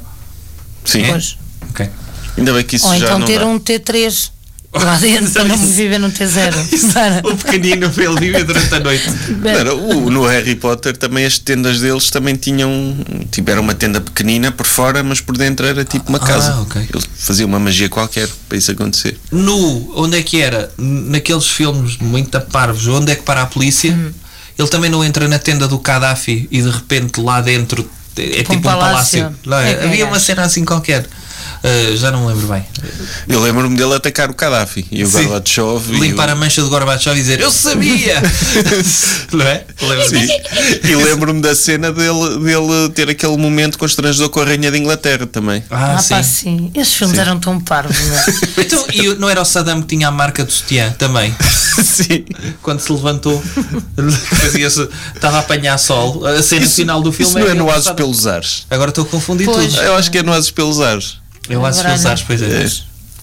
Speaker 3: Sim.
Speaker 5: É?
Speaker 6: Pois.
Speaker 5: Ok.
Speaker 3: E Ainda bem que isso
Speaker 6: Ou
Speaker 3: já
Speaker 6: então
Speaker 3: não
Speaker 6: ter
Speaker 3: dá.
Speaker 6: um T3 lá dentro, para não
Speaker 5: Isso-
Speaker 6: viver num T0. Para.
Speaker 5: O pequenino foi livre durante a noite.
Speaker 6: Bem,
Speaker 3: Não, o- no Harry Potter também as tendas deles também tinham. Tiveram uma tenda pequenina por fora, mas por dentro era tipo uma
Speaker 5: Ah,
Speaker 3: casa.
Speaker 5: ok.
Speaker 3: Eles faziam uma magia qualquer para isso acontecer.
Speaker 5: No, onde é que era? Naqueles filmes muito a parvos, onde é que para a polícia?
Speaker 6: Hum.
Speaker 5: Ele também não entra na tenda do Gaddafi e de repente lá dentro é tipo um palácio.
Speaker 6: palácio.
Speaker 5: Não é?
Speaker 6: É que
Speaker 5: Havia
Speaker 6: era.
Speaker 5: uma cena assim qualquer. Ah, já não me lembro bem.
Speaker 3: Eu lembro-me dele atacar o Gaddafi e o
Speaker 5: Sim.
Speaker 3: Gorbachev. e
Speaker 5: Limpar
Speaker 3: o-
Speaker 5: a mancha de Gorbachev e dizer Eu sabia! não é? Lembra-se
Speaker 3: Sim.
Speaker 5: disso?
Speaker 3: E lembro-me da cena dele, dele ter aquele momento constrangedor com a Rainha de Inglaterra também.
Speaker 5: Ah,
Speaker 6: Ah,
Speaker 5: sim.
Speaker 6: pá, sim. Esses filmes eram tão parvos, não é?
Speaker 5: Então, e o- não era o Saddam que tinha a marca do sutiã também?
Speaker 3: Sim.
Speaker 5: Quando se levantou, fazia estava a apanhar sol. A cena final do filme
Speaker 3: Isso não é
Speaker 5: ele
Speaker 3: no Asos
Speaker 5: passado-
Speaker 3: pelos Ares.
Speaker 5: Agora estou a confundir
Speaker 6: Pois.
Speaker 5: tudo.
Speaker 3: Eu acho que é no Asos pelos Ares.
Speaker 5: Eu acho que
Speaker 6: Agora
Speaker 5: os
Speaker 6: não.
Speaker 5: ares, pois é.
Speaker 3: É.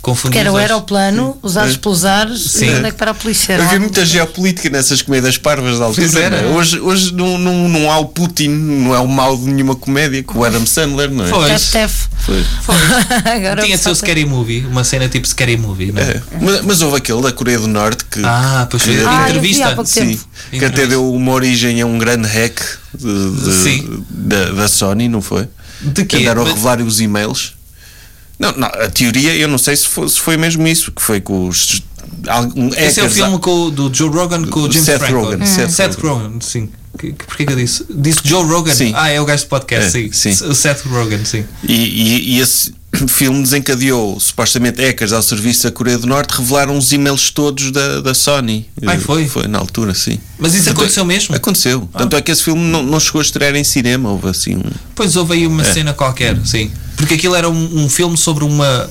Speaker 5: Confundi
Speaker 6: Que era
Speaker 5: os
Speaker 6: o
Speaker 5: ares.
Speaker 6: aeroplano, os ares pelos ares,
Speaker 5: Sim.
Speaker 6: e onde é que para a polícia?
Speaker 3: Eu
Speaker 6: Era
Speaker 3: vi
Speaker 6: lá.
Speaker 3: muita geopolítica nessas comédias parvas da
Speaker 5: Pois
Speaker 3: altura.
Speaker 5: era.
Speaker 3: não é? Hoje, hoje não, não, não há o Putin, não é o mal de nenhuma comédia com o Adam Sandler, não é?
Speaker 5: Foi.
Speaker 6: Tef, tef.
Speaker 3: Foi.
Speaker 6: Agora
Speaker 5: Tinha de ser o
Speaker 6: falta-
Speaker 5: Scary Movie, uma cena tipo Scary Movie, não é?
Speaker 3: É. Mas, mas houve aquele da Coreia do Norte que,
Speaker 5: Ah, pois foi.
Speaker 3: Ah, eu vi
Speaker 5: entrevista.
Speaker 6: há pouco
Speaker 3: sim,
Speaker 6: tempo.
Speaker 3: que até deu uma origem a um grande hack de- de-
Speaker 5: Sim.
Speaker 3: da, da Sony, não foi?
Speaker 5: De quê?
Speaker 3: Que andaram a
Speaker 5: É, Mas-
Speaker 3: revelar os e-mails. Não, não, a teoria, eu não sei se foi, se foi mesmo isso, que foi com os. Algum,
Speaker 5: Esse é o
Speaker 3: hackers-
Speaker 5: filme com, o- do Joe Rogan com o
Speaker 3: Do
Speaker 5: James
Speaker 3: Seth
Speaker 5: Franco.
Speaker 6: Hum.
Speaker 3: Rogen, Seth
Speaker 5: Seth Rogen, sim. Que, que, porquê que eu disse? Disse Joe Rogan?
Speaker 3: Sim.
Speaker 5: Ah, é o gajo do podcast,
Speaker 3: É,
Speaker 5: sim.
Speaker 3: sim.
Speaker 5: O Seth Rogen, sim.
Speaker 3: E, e- e esse filme desencadeou supostamente hackers ao serviço da Coreia do Norte revelaram os e-mails todos da, da Sony.
Speaker 5: Ai, Ah, foi?
Speaker 3: Foi na altura, sim.
Speaker 5: Mas isso aconteceu mesmo? Ah.
Speaker 3: Aconteceu. Tanto é que esse filme não, não chegou a estrear em cinema, houve assim um.
Speaker 5: Pois houve aí uma cena
Speaker 3: Hum.
Speaker 5: qualquer, sim. Porque aquilo era um, um filme sobre uma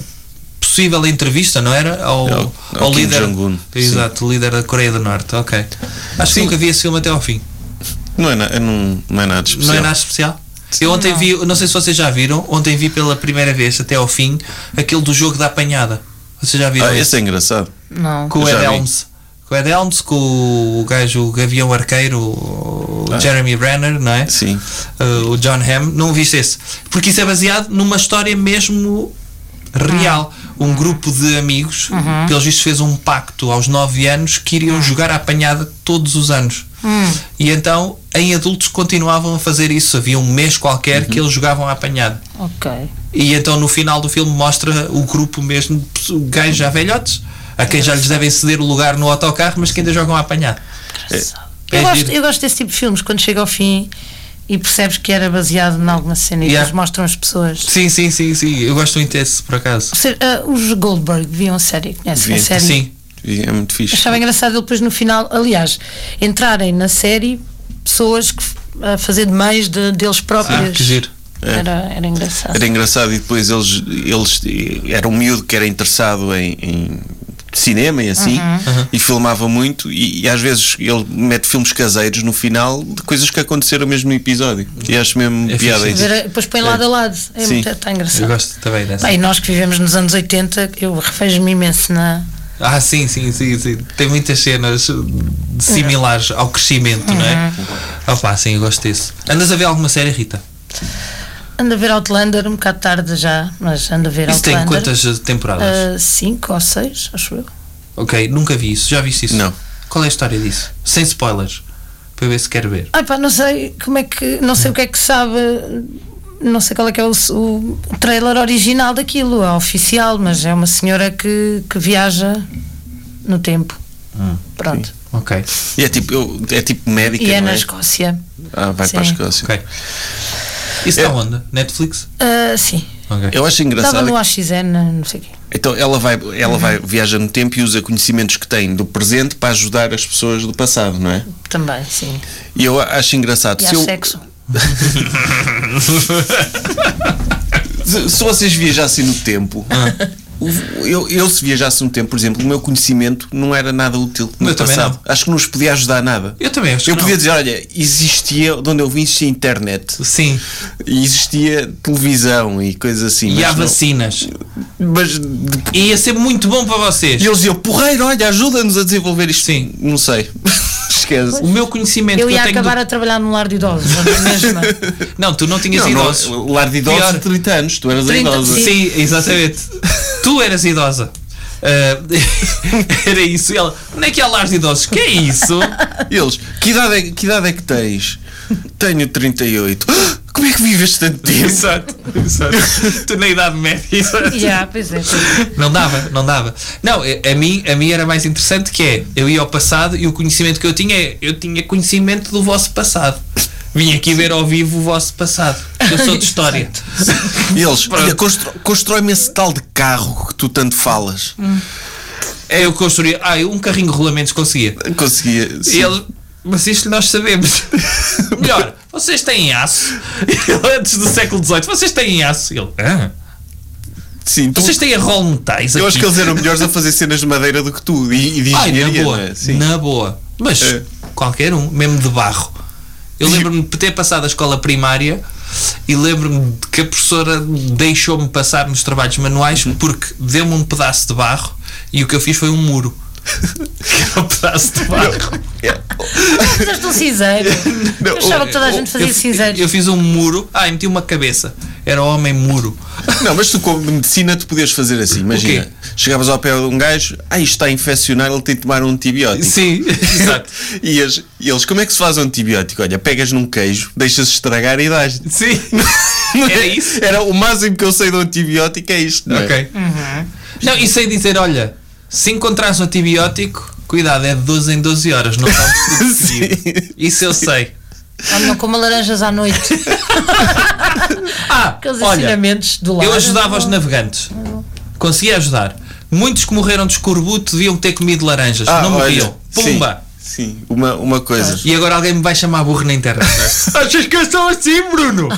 Speaker 5: possível entrevista, não era? Ao,
Speaker 3: Ao- ao é Kim
Speaker 5: líder.
Speaker 3: Jong-un, sim.
Speaker 5: Exato, o líder da Coreia do Norte, ok. Acho que nunca vi esse filme até ao fim.
Speaker 3: Não é, na- é num- não é nada
Speaker 5: Não
Speaker 3: especial.
Speaker 5: é nada especial? Eu ontem vi, não sei se vocês já viram, ontem vi pela primeira vez até ao fim aquele do jogo da apanhada. Vocês já viram?
Speaker 3: Ah,
Speaker 5: esse?
Speaker 3: esse é engraçado.
Speaker 6: Não.
Speaker 5: Com o
Speaker 3: já
Speaker 5: Ed
Speaker 3: vi.
Speaker 5: Helms. Com o Ed Helms, com o gajo o Gavião Arqueiro, o
Speaker 3: Ah.
Speaker 5: Jeremy Renner, não é?
Speaker 3: Sim.
Speaker 5: Uh, o John Hamm, não viste esse. Porque isso é baseado numa história mesmo real. Um grupo de amigos, pelos vistos, fez um pacto aos 9 anos que iriam jogar à apanhada todos os anos. E então, em adultos, continuavam a fazer isso. Havia um mês qualquer que eles jogavam à apanhada.
Speaker 6: Ok.
Speaker 5: E então, no final do filme, mostra o grupo mesmo de pesso- gajos já velhotes, a quem já lhes devem ceder o lugar no autocarro, mas que ainda jogam à apanhada.
Speaker 6: Eu
Speaker 5: É
Speaker 6: gosto,
Speaker 5: giro.
Speaker 6: eu gosto desse tipo de filmes, quando chega ao fim e percebes que era baseado em alguma cena e
Speaker 5: Yeah.
Speaker 6: eles mostram as pessoas.
Speaker 5: Sim, sim, sim, sim. Eu gosto muito desse, por acaso.
Speaker 6: Ser- ah, os Goldberg viam série, conhecem a
Speaker 3: Vi.
Speaker 6: série?
Speaker 5: Sim.
Speaker 3: E É muito fixe.
Speaker 6: Achava engraçado ele depois no final, aliás, entrarem na série pessoas que, f- a fazer de meios de, deles próprios.
Speaker 5: Ah, que giro.
Speaker 6: Era, era engraçado.
Speaker 3: Era engraçado e depois eles, eles era um miúdo que era interessado em, em cinema e assim
Speaker 6: Uhum.
Speaker 5: Uhum.
Speaker 3: e filmava muito e, e às vezes ele mete filmes caseiros no final de coisas que aconteceram mesmo no episódio e acho mesmo
Speaker 5: É
Speaker 3: piada
Speaker 5: fixe.
Speaker 3: isso.
Speaker 6: Ver- depois põe lado a lado. É
Speaker 3: Sim.
Speaker 6: muito, está engraçado.
Speaker 5: Eu gosto também dessa.
Speaker 6: Bem, nós que vivemos nos anos 80, eu refejo-me imenso na.
Speaker 5: Ah, sim, sim, sim, sim. Tem muitas cenas de- similares
Speaker 6: Uhum.
Speaker 5: ao crescimento, não é? Ah, pá, sim, eu gosto disso. Andas a ver alguma série, Rita?
Speaker 6: Ando a ver Outlander, um bocado tarde já, mas ando a ver
Speaker 5: Isso tem
Speaker 6: Outlander.
Speaker 5: quantas
Speaker 6: Uh,
Speaker 5: temporadas?
Speaker 6: 5 ou 6, acho eu.
Speaker 5: Ok, nunca vi isso. Já viste isso?
Speaker 3: Não.
Speaker 5: Qual é a história disso? Sem spoilers. Para eu ver se quero ver.
Speaker 6: Ai pá, não sei como é que. Não sei o que é que sabe. Não sei qual é que é o, o trailer original daquilo, é oficial, mas é uma senhora que, que viaja no tempo.
Speaker 5: Ah,
Speaker 6: Pronto.
Speaker 5: Ok.
Speaker 3: E é tipo, eu- é tipo médica,
Speaker 6: E é
Speaker 3: não
Speaker 6: na
Speaker 3: é?
Speaker 6: Escócia.
Speaker 3: Ah, vai
Speaker 6: Sim.
Speaker 3: para a Escócia.
Speaker 5: Ok. Isso está onde? Netflix?
Speaker 6: Ah, sim.
Speaker 5: Ok.
Speaker 3: Eu acho
Speaker 6: Estava
Speaker 3: engraçado.
Speaker 6: no Uhum. AXN, não sei o quê.
Speaker 3: Então ela vai, ela vai viaja no tempo e usa conhecimentos que tem do presente para ajudar as pessoas do passado, não é?
Speaker 6: Também, sim.
Speaker 3: E eu acho engraçado.
Speaker 6: E
Speaker 3: Se,
Speaker 6: há
Speaker 3: eu-
Speaker 6: sexo.
Speaker 3: se- se vocês viajassem no tempo,
Speaker 5: Ah.
Speaker 3: o- eu, eu se viajasse no tempo, por exemplo, o meu conhecimento não era nada útil no
Speaker 5: Meu também
Speaker 3: passado. Acho que não os podia ajudar a nada.
Speaker 5: Eu também acho
Speaker 3: Eu
Speaker 5: que
Speaker 3: podia
Speaker 5: não.
Speaker 3: dizer, olha, existia, de onde eu vim existia internet,
Speaker 5: Sim.
Speaker 3: e existia televisão e coisas assim.
Speaker 5: E há
Speaker 3: mas,
Speaker 5: vacinas.
Speaker 3: não, mas de-
Speaker 5: E ia ser muito bom para vocês.
Speaker 3: E eles diziam, porreiro, olha, ajuda-nos a desenvolver isto.
Speaker 5: Sim.
Speaker 3: Não sei. Esquece.
Speaker 5: O meu conhecimento
Speaker 6: Eu
Speaker 5: que eu
Speaker 6: ia
Speaker 5: tenho do-
Speaker 6: acabar a trabalhar num lar de idosos, não é mesmo?
Speaker 5: Não, tu não tinhas
Speaker 3: Não,
Speaker 5: idosos.
Speaker 3: não, lar de idosos
Speaker 5: Pior.
Speaker 3: de 30 anos, tu eras
Speaker 6: 30,
Speaker 3: idosa.
Speaker 5: Sim, exatamente. tu eras idosa. Ah, era isso. E ela, onde é que há lares de idosos? Que é isso?
Speaker 3: Eles, que idade, é, que idade é que tens? Tenho 38. "Ah, Como é que vives tanto tempo?
Speaker 5: exato, exato. Tu na idade média. exato.
Speaker 6: Já, pois é.
Speaker 5: Não dava, não dava. Não, é, a a mim, a mim era mais interessante que é, eu ia ao passado e o conhecimento que eu tinha é, eu tinha conhecimento do vosso passado. Vim aqui ver ao vivo o vosso passado. Eu sou de história.
Speaker 3: E eles, olha, constro- constrói-me esse tal de carro que tu tanto falas.
Speaker 5: Hum. É, eu construía. Ah, eu um carrinho de rolamentos conseguia.
Speaker 3: Conseguia.
Speaker 5: E
Speaker 3: sim.
Speaker 5: ele, mas isto nós sabemos. Melhor, vocês têm aço. Ele, antes do século XVIII, vocês têm aço. Ele, "Hã?
Speaker 3: Sim, tu-
Speaker 5: vocês têm a rol metais aqui.
Speaker 3: eu acho que eles eram melhores a fazer cenas de madeira do que tu. E, e de
Speaker 5: Ai, na
Speaker 3: engenharia.
Speaker 5: boa,
Speaker 3: não é? Sim.
Speaker 5: na boa. Mas
Speaker 3: É.
Speaker 5: qualquer um, mesmo de barro. Eu lembro-me de ter passado a escola primária e lembro-me de que a professora deixou-me passar nos trabalhos manuais
Speaker 3: Uhum.
Speaker 5: porque deu-me um pedaço de barro e o que eu fiz foi um muro. Que era um pedaço de barro.
Speaker 6: Fizeste um cinzeiro. Eu achava que toda a gente fazia
Speaker 5: eu,
Speaker 6: cinzeiros.
Speaker 5: Eu fiz um muro, ah, e meti uma cabeça. Era homem muro.
Speaker 3: oh, Não, mas tu como medicina tu podias fazer assim, imagina.
Speaker 5: quê?
Speaker 3: Chegavas ao pé de um gajo, ah, isto está a infeccionar, ele tem de tomar um antibiótico.
Speaker 5: Sim, exato.
Speaker 3: E eles, e eles, como é que se faz um antibiótico? Olha, pegas num queijo, deixas estragar e dás.
Speaker 5: Sim. Era isso?
Speaker 3: é? Era o máximo que eu sei do antibiótico, é isto. Não é?
Speaker 5: Ok.
Speaker 6: Uhum.
Speaker 5: Não, e sei dizer, olha, se encontrares um antibiótico, cuidado, é de 12 em 12 horas, não estamos tudo seguido. Isso eu sei.
Speaker 6: Ah, não como laranjas à noite.
Speaker 5: Ah,
Speaker 6: Aqueles assim
Speaker 5: olha,
Speaker 6: ensinamentos do lado.
Speaker 5: eu ajudava os navegantes. Conseguia ajudar. Muitos que morreram de escorbuto deviam ter comido laranjas.
Speaker 3: Ah,
Speaker 5: não
Speaker 3: olha,
Speaker 5: morriam. Pumba!
Speaker 3: Sim, sim, uma, uma coisa.
Speaker 5: E agora alguém me vai chamar burro na internet. é? Achas que eu sou assim, Bruno?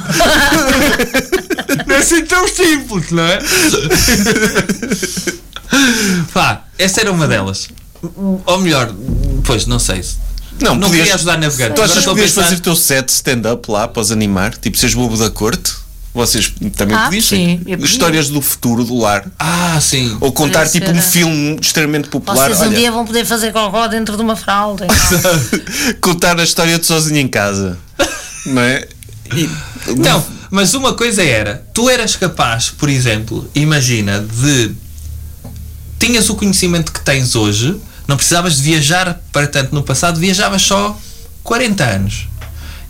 Speaker 5: não é assim tão simples, não é? Pá, essa era uma delas. Ou melhor, pois, não sei. se-
Speaker 3: Não,
Speaker 5: não
Speaker 3: podias-
Speaker 5: queria ajudar navegantes.
Speaker 3: Tu
Speaker 5: Agora
Speaker 3: achas que
Speaker 5: estou a
Speaker 3: podias
Speaker 5: pensar-
Speaker 3: fazer o teu set stand-up lá para os animar? Tipo, seres bobo da corte? Vocês também
Speaker 6: Ah,
Speaker 3: podiam?
Speaker 6: sim, eu podia.
Speaker 3: Histórias do futuro, do lar.
Speaker 5: Ah, sim.
Speaker 3: Ou contar
Speaker 6: Podia
Speaker 3: tipo
Speaker 6: ser,
Speaker 3: um
Speaker 6: é.
Speaker 3: filme extremamente popular.
Speaker 6: Vocês um
Speaker 3: Olha,
Speaker 6: dia vão poder fazer cocó dentro de uma fralda.
Speaker 3: contar a história de sozinho em casa. não é? E-
Speaker 5: Não, Então, mas uma coisa era, tu eras capaz, por exemplo, imagina, de. Tinhas o conhecimento que tens hoje, não precisavas de viajar para tanto no passado, viajavas só 40 anos.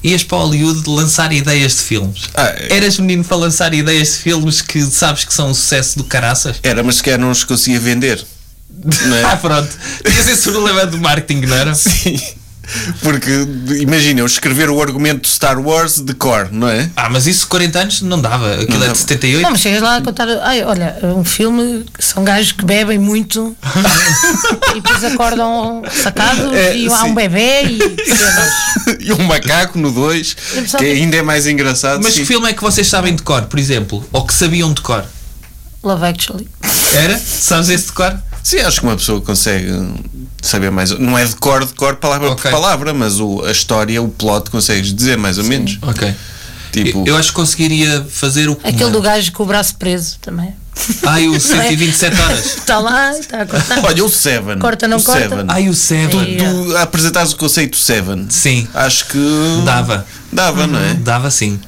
Speaker 5: Ias para Hollywood lançar ideias de filmes.
Speaker 3: Ah, é.
Speaker 5: Eras menino para lançar ideias de filmes que sabes que são um sucesso do caraças.
Speaker 3: Era, mas se calhar não os conseguia vender. Não
Speaker 5: Ah,
Speaker 3: é?
Speaker 5: pronto. Tinhas esse problema de marketing, não era?
Speaker 3: Sim. Porque imagina, eu escrever o argumento de Star Wars de cor, não é?
Speaker 5: Ah, mas isso 40 anos não dava. Aquilo é
Speaker 3: dava.
Speaker 5: de 78.
Speaker 6: Não, mas chegas lá a contar. Ai, olha, um filme que são gajos que bebem muito e depois acordam sacados
Speaker 3: É,
Speaker 6: e há
Speaker 3: sim.
Speaker 6: um bebê e.
Speaker 3: E um macaco no 2, que ainda é mais engraçado.
Speaker 5: Mas
Speaker 3: sim.
Speaker 5: que filme é que vocês sabem de cor, por exemplo? Ou que sabiam de cor?
Speaker 6: Love actually.
Speaker 5: Era? Sabes esse de cor?
Speaker 3: Sim, acho que uma pessoa consegue saber mais. Não é de cor, de cor, palavra
Speaker 5: Ok.
Speaker 3: por palavra, mas o, a história, o plot, consegues dizer mais ou menos.
Speaker 5: Ok.
Speaker 3: Tipo,
Speaker 5: Eu acho que conseguiria fazer o.
Speaker 6: Aquele
Speaker 3: É.
Speaker 6: do é? gajo com o braço preso também.
Speaker 5: Ai, o 127 horas.
Speaker 6: Está lá, está a cortar.
Speaker 3: olha, o Seven.
Speaker 6: Corta, não
Speaker 3: o
Speaker 6: corta?
Speaker 3: Seven.
Speaker 5: Ai, o 7.
Speaker 6: É,
Speaker 3: Tu apresentares o conceito Seven.
Speaker 5: Sim.
Speaker 3: Acho que.
Speaker 6: é.
Speaker 5: Dava.
Speaker 3: Dava, não é?
Speaker 5: Dava sim.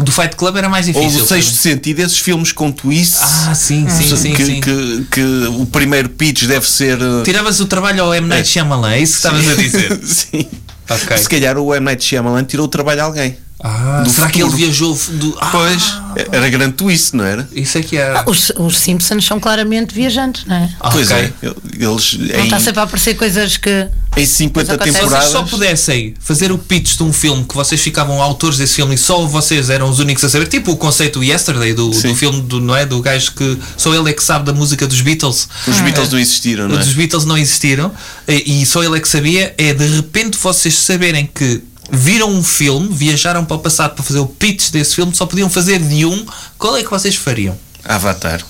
Speaker 5: Do Fight Club era mais
Speaker 3: Ou
Speaker 5: difícil.
Speaker 3: o Sexto Sentido, esses filmes com twists.
Speaker 5: Ah, sim, sim, sim.
Speaker 3: que,
Speaker 5: sim.
Speaker 3: Que, que o primeiro pitch deve ser. uh,
Speaker 5: Tiravas o trabalho ao M. Night Shyamalan, é isso que estavas a dizer.
Speaker 3: Sim.
Speaker 5: Ok.
Speaker 3: Se calhar o M. Night Shyamalan tirou o trabalho a alguém.
Speaker 5: Ah,
Speaker 3: Do
Speaker 5: será que ele
Speaker 3: futuro.
Speaker 5: viajou do. Ah,
Speaker 3: Pois. Era grande twist, não era?
Speaker 5: Isso é que era.
Speaker 6: Ah, Os, os Simpsons são claramente viajantes, não é?
Speaker 5: Ah,
Speaker 3: Pois
Speaker 5: ok.
Speaker 3: é. Eles
Speaker 6: Não está
Speaker 3: em,
Speaker 6: sempre a aparecer coisas que.
Speaker 3: em 50
Speaker 6: Mas acontece-
Speaker 5: Se vocês só
Speaker 3: temporadas.
Speaker 5: pudessem fazer o pitch de um filme que vocês ficavam autores desse filme e só vocês eram os únicos a saber, tipo o conceito Yesterday do, do
Speaker 3: Sim.
Speaker 5: filme do, não é, do gajo que só ele é que sabe da música dos Beatles.
Speaker 3: Os Beatles não existiram, não é?
Speaker 5: Os Beatles não existiram e, e só ele é que sabia. É de repente vocês saberem que viram um filme, viajaram para o passado para fazer o pitch desse filme, só podiam fazer de um. Qual é que vocês fariam?
Speaker 3: Avatar.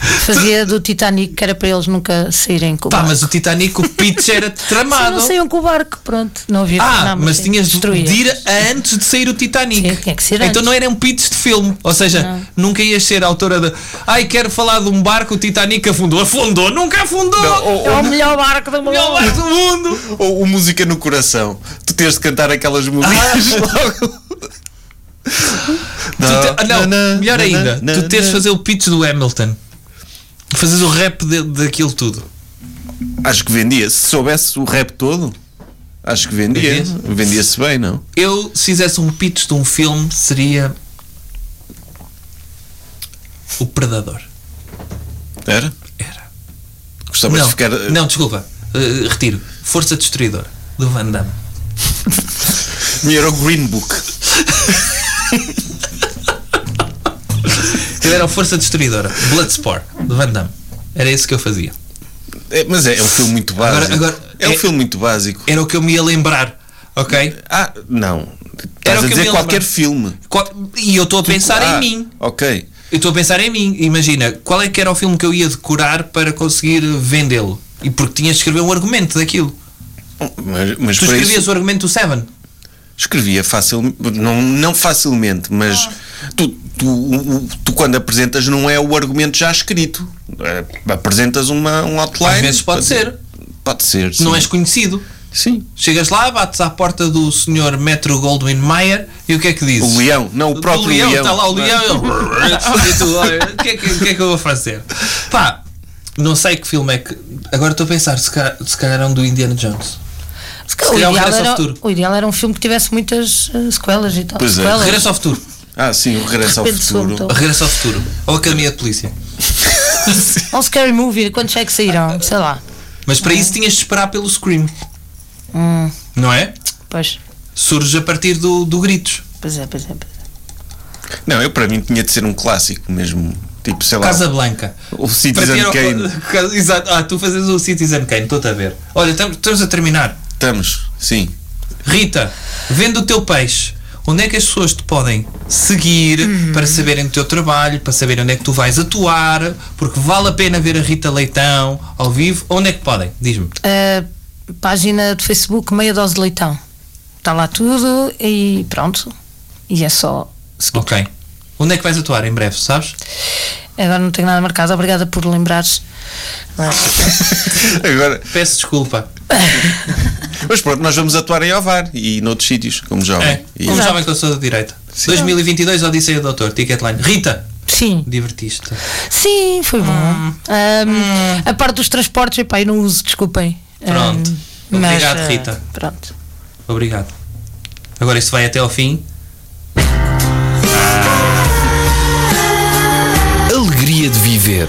Speaker 6: Fazia do Titanic que era para eles nunca saírem com o
Speaker 3: Tá,
Speaker 5: Pá,
Speaker 6: barco.
Speaker 5: mas o Titanic, o pitch era
Speaker 6: Sim,
Speaker 5: tramado.
Speaker 6: não saíam com o barco, pronto. Não havia
Speaker 5: Ah,
Speaker 6: não,
Speaker 5: mas
Speaker 6: sim,
Speaker 5: tinhas de
Speaker 6: destruía.
Speaker 5: de ir antes de sair o Titanic.
Speaker 6: Sim, tinha que ser
Speaker 5: então
Speaker 6: antes.
Speaker 5: não era um pitch de filme. Ou seja, nunca ias ser autora de. Ai, quero falar de um barco, o Titanic afundou. Afundou, nunca afundou!
Speaker 3: Ou,
Speaker 6: É o melhor barco do mundo.
Speaker 5: Melhor barco do mundo!
Speaker 3: ou, ou
Speaker 5: Ah,
Speaker 3: música no coração. Tu tens de cantar aquelas músicas logo.
Speaker 5: Tu te- ah, não,
Speaker 3: na, na,
Speaker 5: melhor
Speaker 3: na,
Speaker 5: ainda,
Speaker 3: na,
Speaker 5: tu
Speaker 3: na,
Speaker 5: teres de
Speaker 3: na.
Speaker 5: fazer o pitch do Hamilton, fazes o rap de- daquilo tudo.
Speaker 3: Acho que vendia. Se soubesse o rap todo, acho que vendia.
Speaker 5: Vendias?
Speaker 3: Vendia-se bem, não?
Speaker 5: Eu, se fizesse um pitch de um filme, seria. O Predador.
Speaker 3: Era?
Speaker 5: Era.
Speaker 3: Gostava
Speaker 5: não,
Speaker 3: de ficar.
Speaker 5: não, desculpa, eh, retiro. Força Destruidora, do Van Damme.
Speaker 3: Me era o Green Book.
Speaker 5: Eu era o Força Destruidora, Bloodsport, do Van Damme. Era isso que eu fazia.
Speaker 3: É, mas é, é um filme muito
Speaker 5: Agora-
Speaker 3: básico.
Speaker 5: agora-
Speaker 3: é um
Speaker 5: é-
Speaker 3: filme muito básico.
Speaker 5: Era o que eu me ia lembrar, ok?
Speaker 3: Ah, não.
Speaker 5: Era o que
Speaker 3: Estás a
Speaker 5: eu me
Speaker 3: dizer
Speaker 5: lembrava.
Speaker 3: qualquer filme.
Speaker 5: Qual- e eu estou a pensar
Speaker 3: Ah,
Speaker 5: em mim.
Speaker 3: Ok.
Speaker 5: Eu estou a pensar em mim. Imagina, qual é que era o filme que eu ia decorar para conseguir vendê-lo? E porque tinha de escrever um argumento daquilo.
Speaker 3: Mas, mas
Speaker 5: Tu
Speaker 3: para isso-
Speaker 5: escrevias o argumento do Seven.
Speaker 3: Escrevia facilmente, não, não facilmente, mas tu, tu, o- o- tu quando apresentas não é o argumento já escrito. É, apresentas uma, um outline.
Speaker 5: Às vezes pode ser.
Speaker 3: Pode ser.
Speaker 5: Não é
Speaker 3: sim.
Speaker 5: és conhecido.
Speaker 3: Sim.
Speaker 5: Chegas lá, bates à porta do senhor Metro Goldwyn Mayer e o que é que dizes?
Speaker 3: O leão, não, o próprio
Speaker 5: do leão.
Speaker 3: leão. é?
Speaker 5: Está lá o leão eu- e tu, olha, o que, é que, o que é que eu vou fazer? Pá, não sei que filme é que. Agora estou a pensar, se calhar, se calhar é um do Indiana Jones.
Speaker 6: Se calhar
Speaker 5: Se
Speaker 6: o,
Speaker 5: calhar é o
Speaker 6: ideal
Speaker 5: Regresso ao
Speaker 6: era,
Speaker 5: Futuro.
Speaker 6: o ideal era um filme que tivesse muitas eh, sequelas e tal.
Speaker 3: Pois é.
Speaker 6: Sequelas.
Speaker 5: Regresso ao futuro.
Speaker 3: Ah, sim, o regresso ao
Speaker 6: De repente
Speaker 3: futuro.
Speaker 6: soltou.
Speaker 5: Regresso ao futuro. Ou Academia de Polícia.
Speaker 6: Um scary movie, quantos é que saíram? Sei lá.
Speaker 5: Mas para isso tinhas de esperar pelo Scream. Não é?
Speaker 6: Hum, Pois,
Speaker 5: Surge a partir do, do Gritos.
Speaker 6: pois é, pois é. Pois é.
Speaker 3: Não, eu para mim tinha de ser um clássico mesmo. Tipo, sei lá.
Speaker 5: Casa Blanca.
Speaker 3: O Citizen
Speaker 5: Para ti era-
Speaker 3: Kane.
Speaker 5: Ca- Exato. Ah, tu fazes o Citizen Kane, estou-te a ver. Olha, tam- estamos a terminar.
Speaker 3: Estamos, sim.
Speaker 5: Rita, vendo o teu peixe, onde é que as pessoas te podem seguir para saberem do teu trabalho, para saberem onde é que tu vais atuar, porque vale a pena ver a Rita Leitão ao vivo. Onde é que podem? Diz-me.
Speaker 6: A Eh, página do Facebook, Meia Dose de Leitão. Está lá tudo e pronto. E é só seguir.
Speaker 5: Ok. Onde é que vais atuar em breve, sabes?
Speaker 6: Agora não tenho nada marcado. Obrigada por lembrares. Mas,
Speaker 3: Agora,
Speaker 5: Peço desculpa.
Speaker 3: mas pronto, nós vamos atuar em Ovar e noutros sítios, como jovem.
Speaker 5: É,
Speaker 3: E-
Speaker 5: como sabem que eu sou da direita. 2022, Odisseia Doutor, Ticketline. Rita,
Speaker 6: sim,
Speaker 5: divertiste.
Speaker 6: sim, foi bom.
Speaker 5: Hum.
Speaker 6: Ahm, A parte dos transportes, epá, eu não uso, desculpem.
Speaker 5: Pronto.
Speaker 6: Ahm,
Speaker 5: Obrigado,
Speaker 6: eh,
Speaker 5: Rita.
Speaker 6: Pronto.
Speaker 5: Obrigado. Agora isto vai até ao fim.
Speaker 2: Alegria de viver.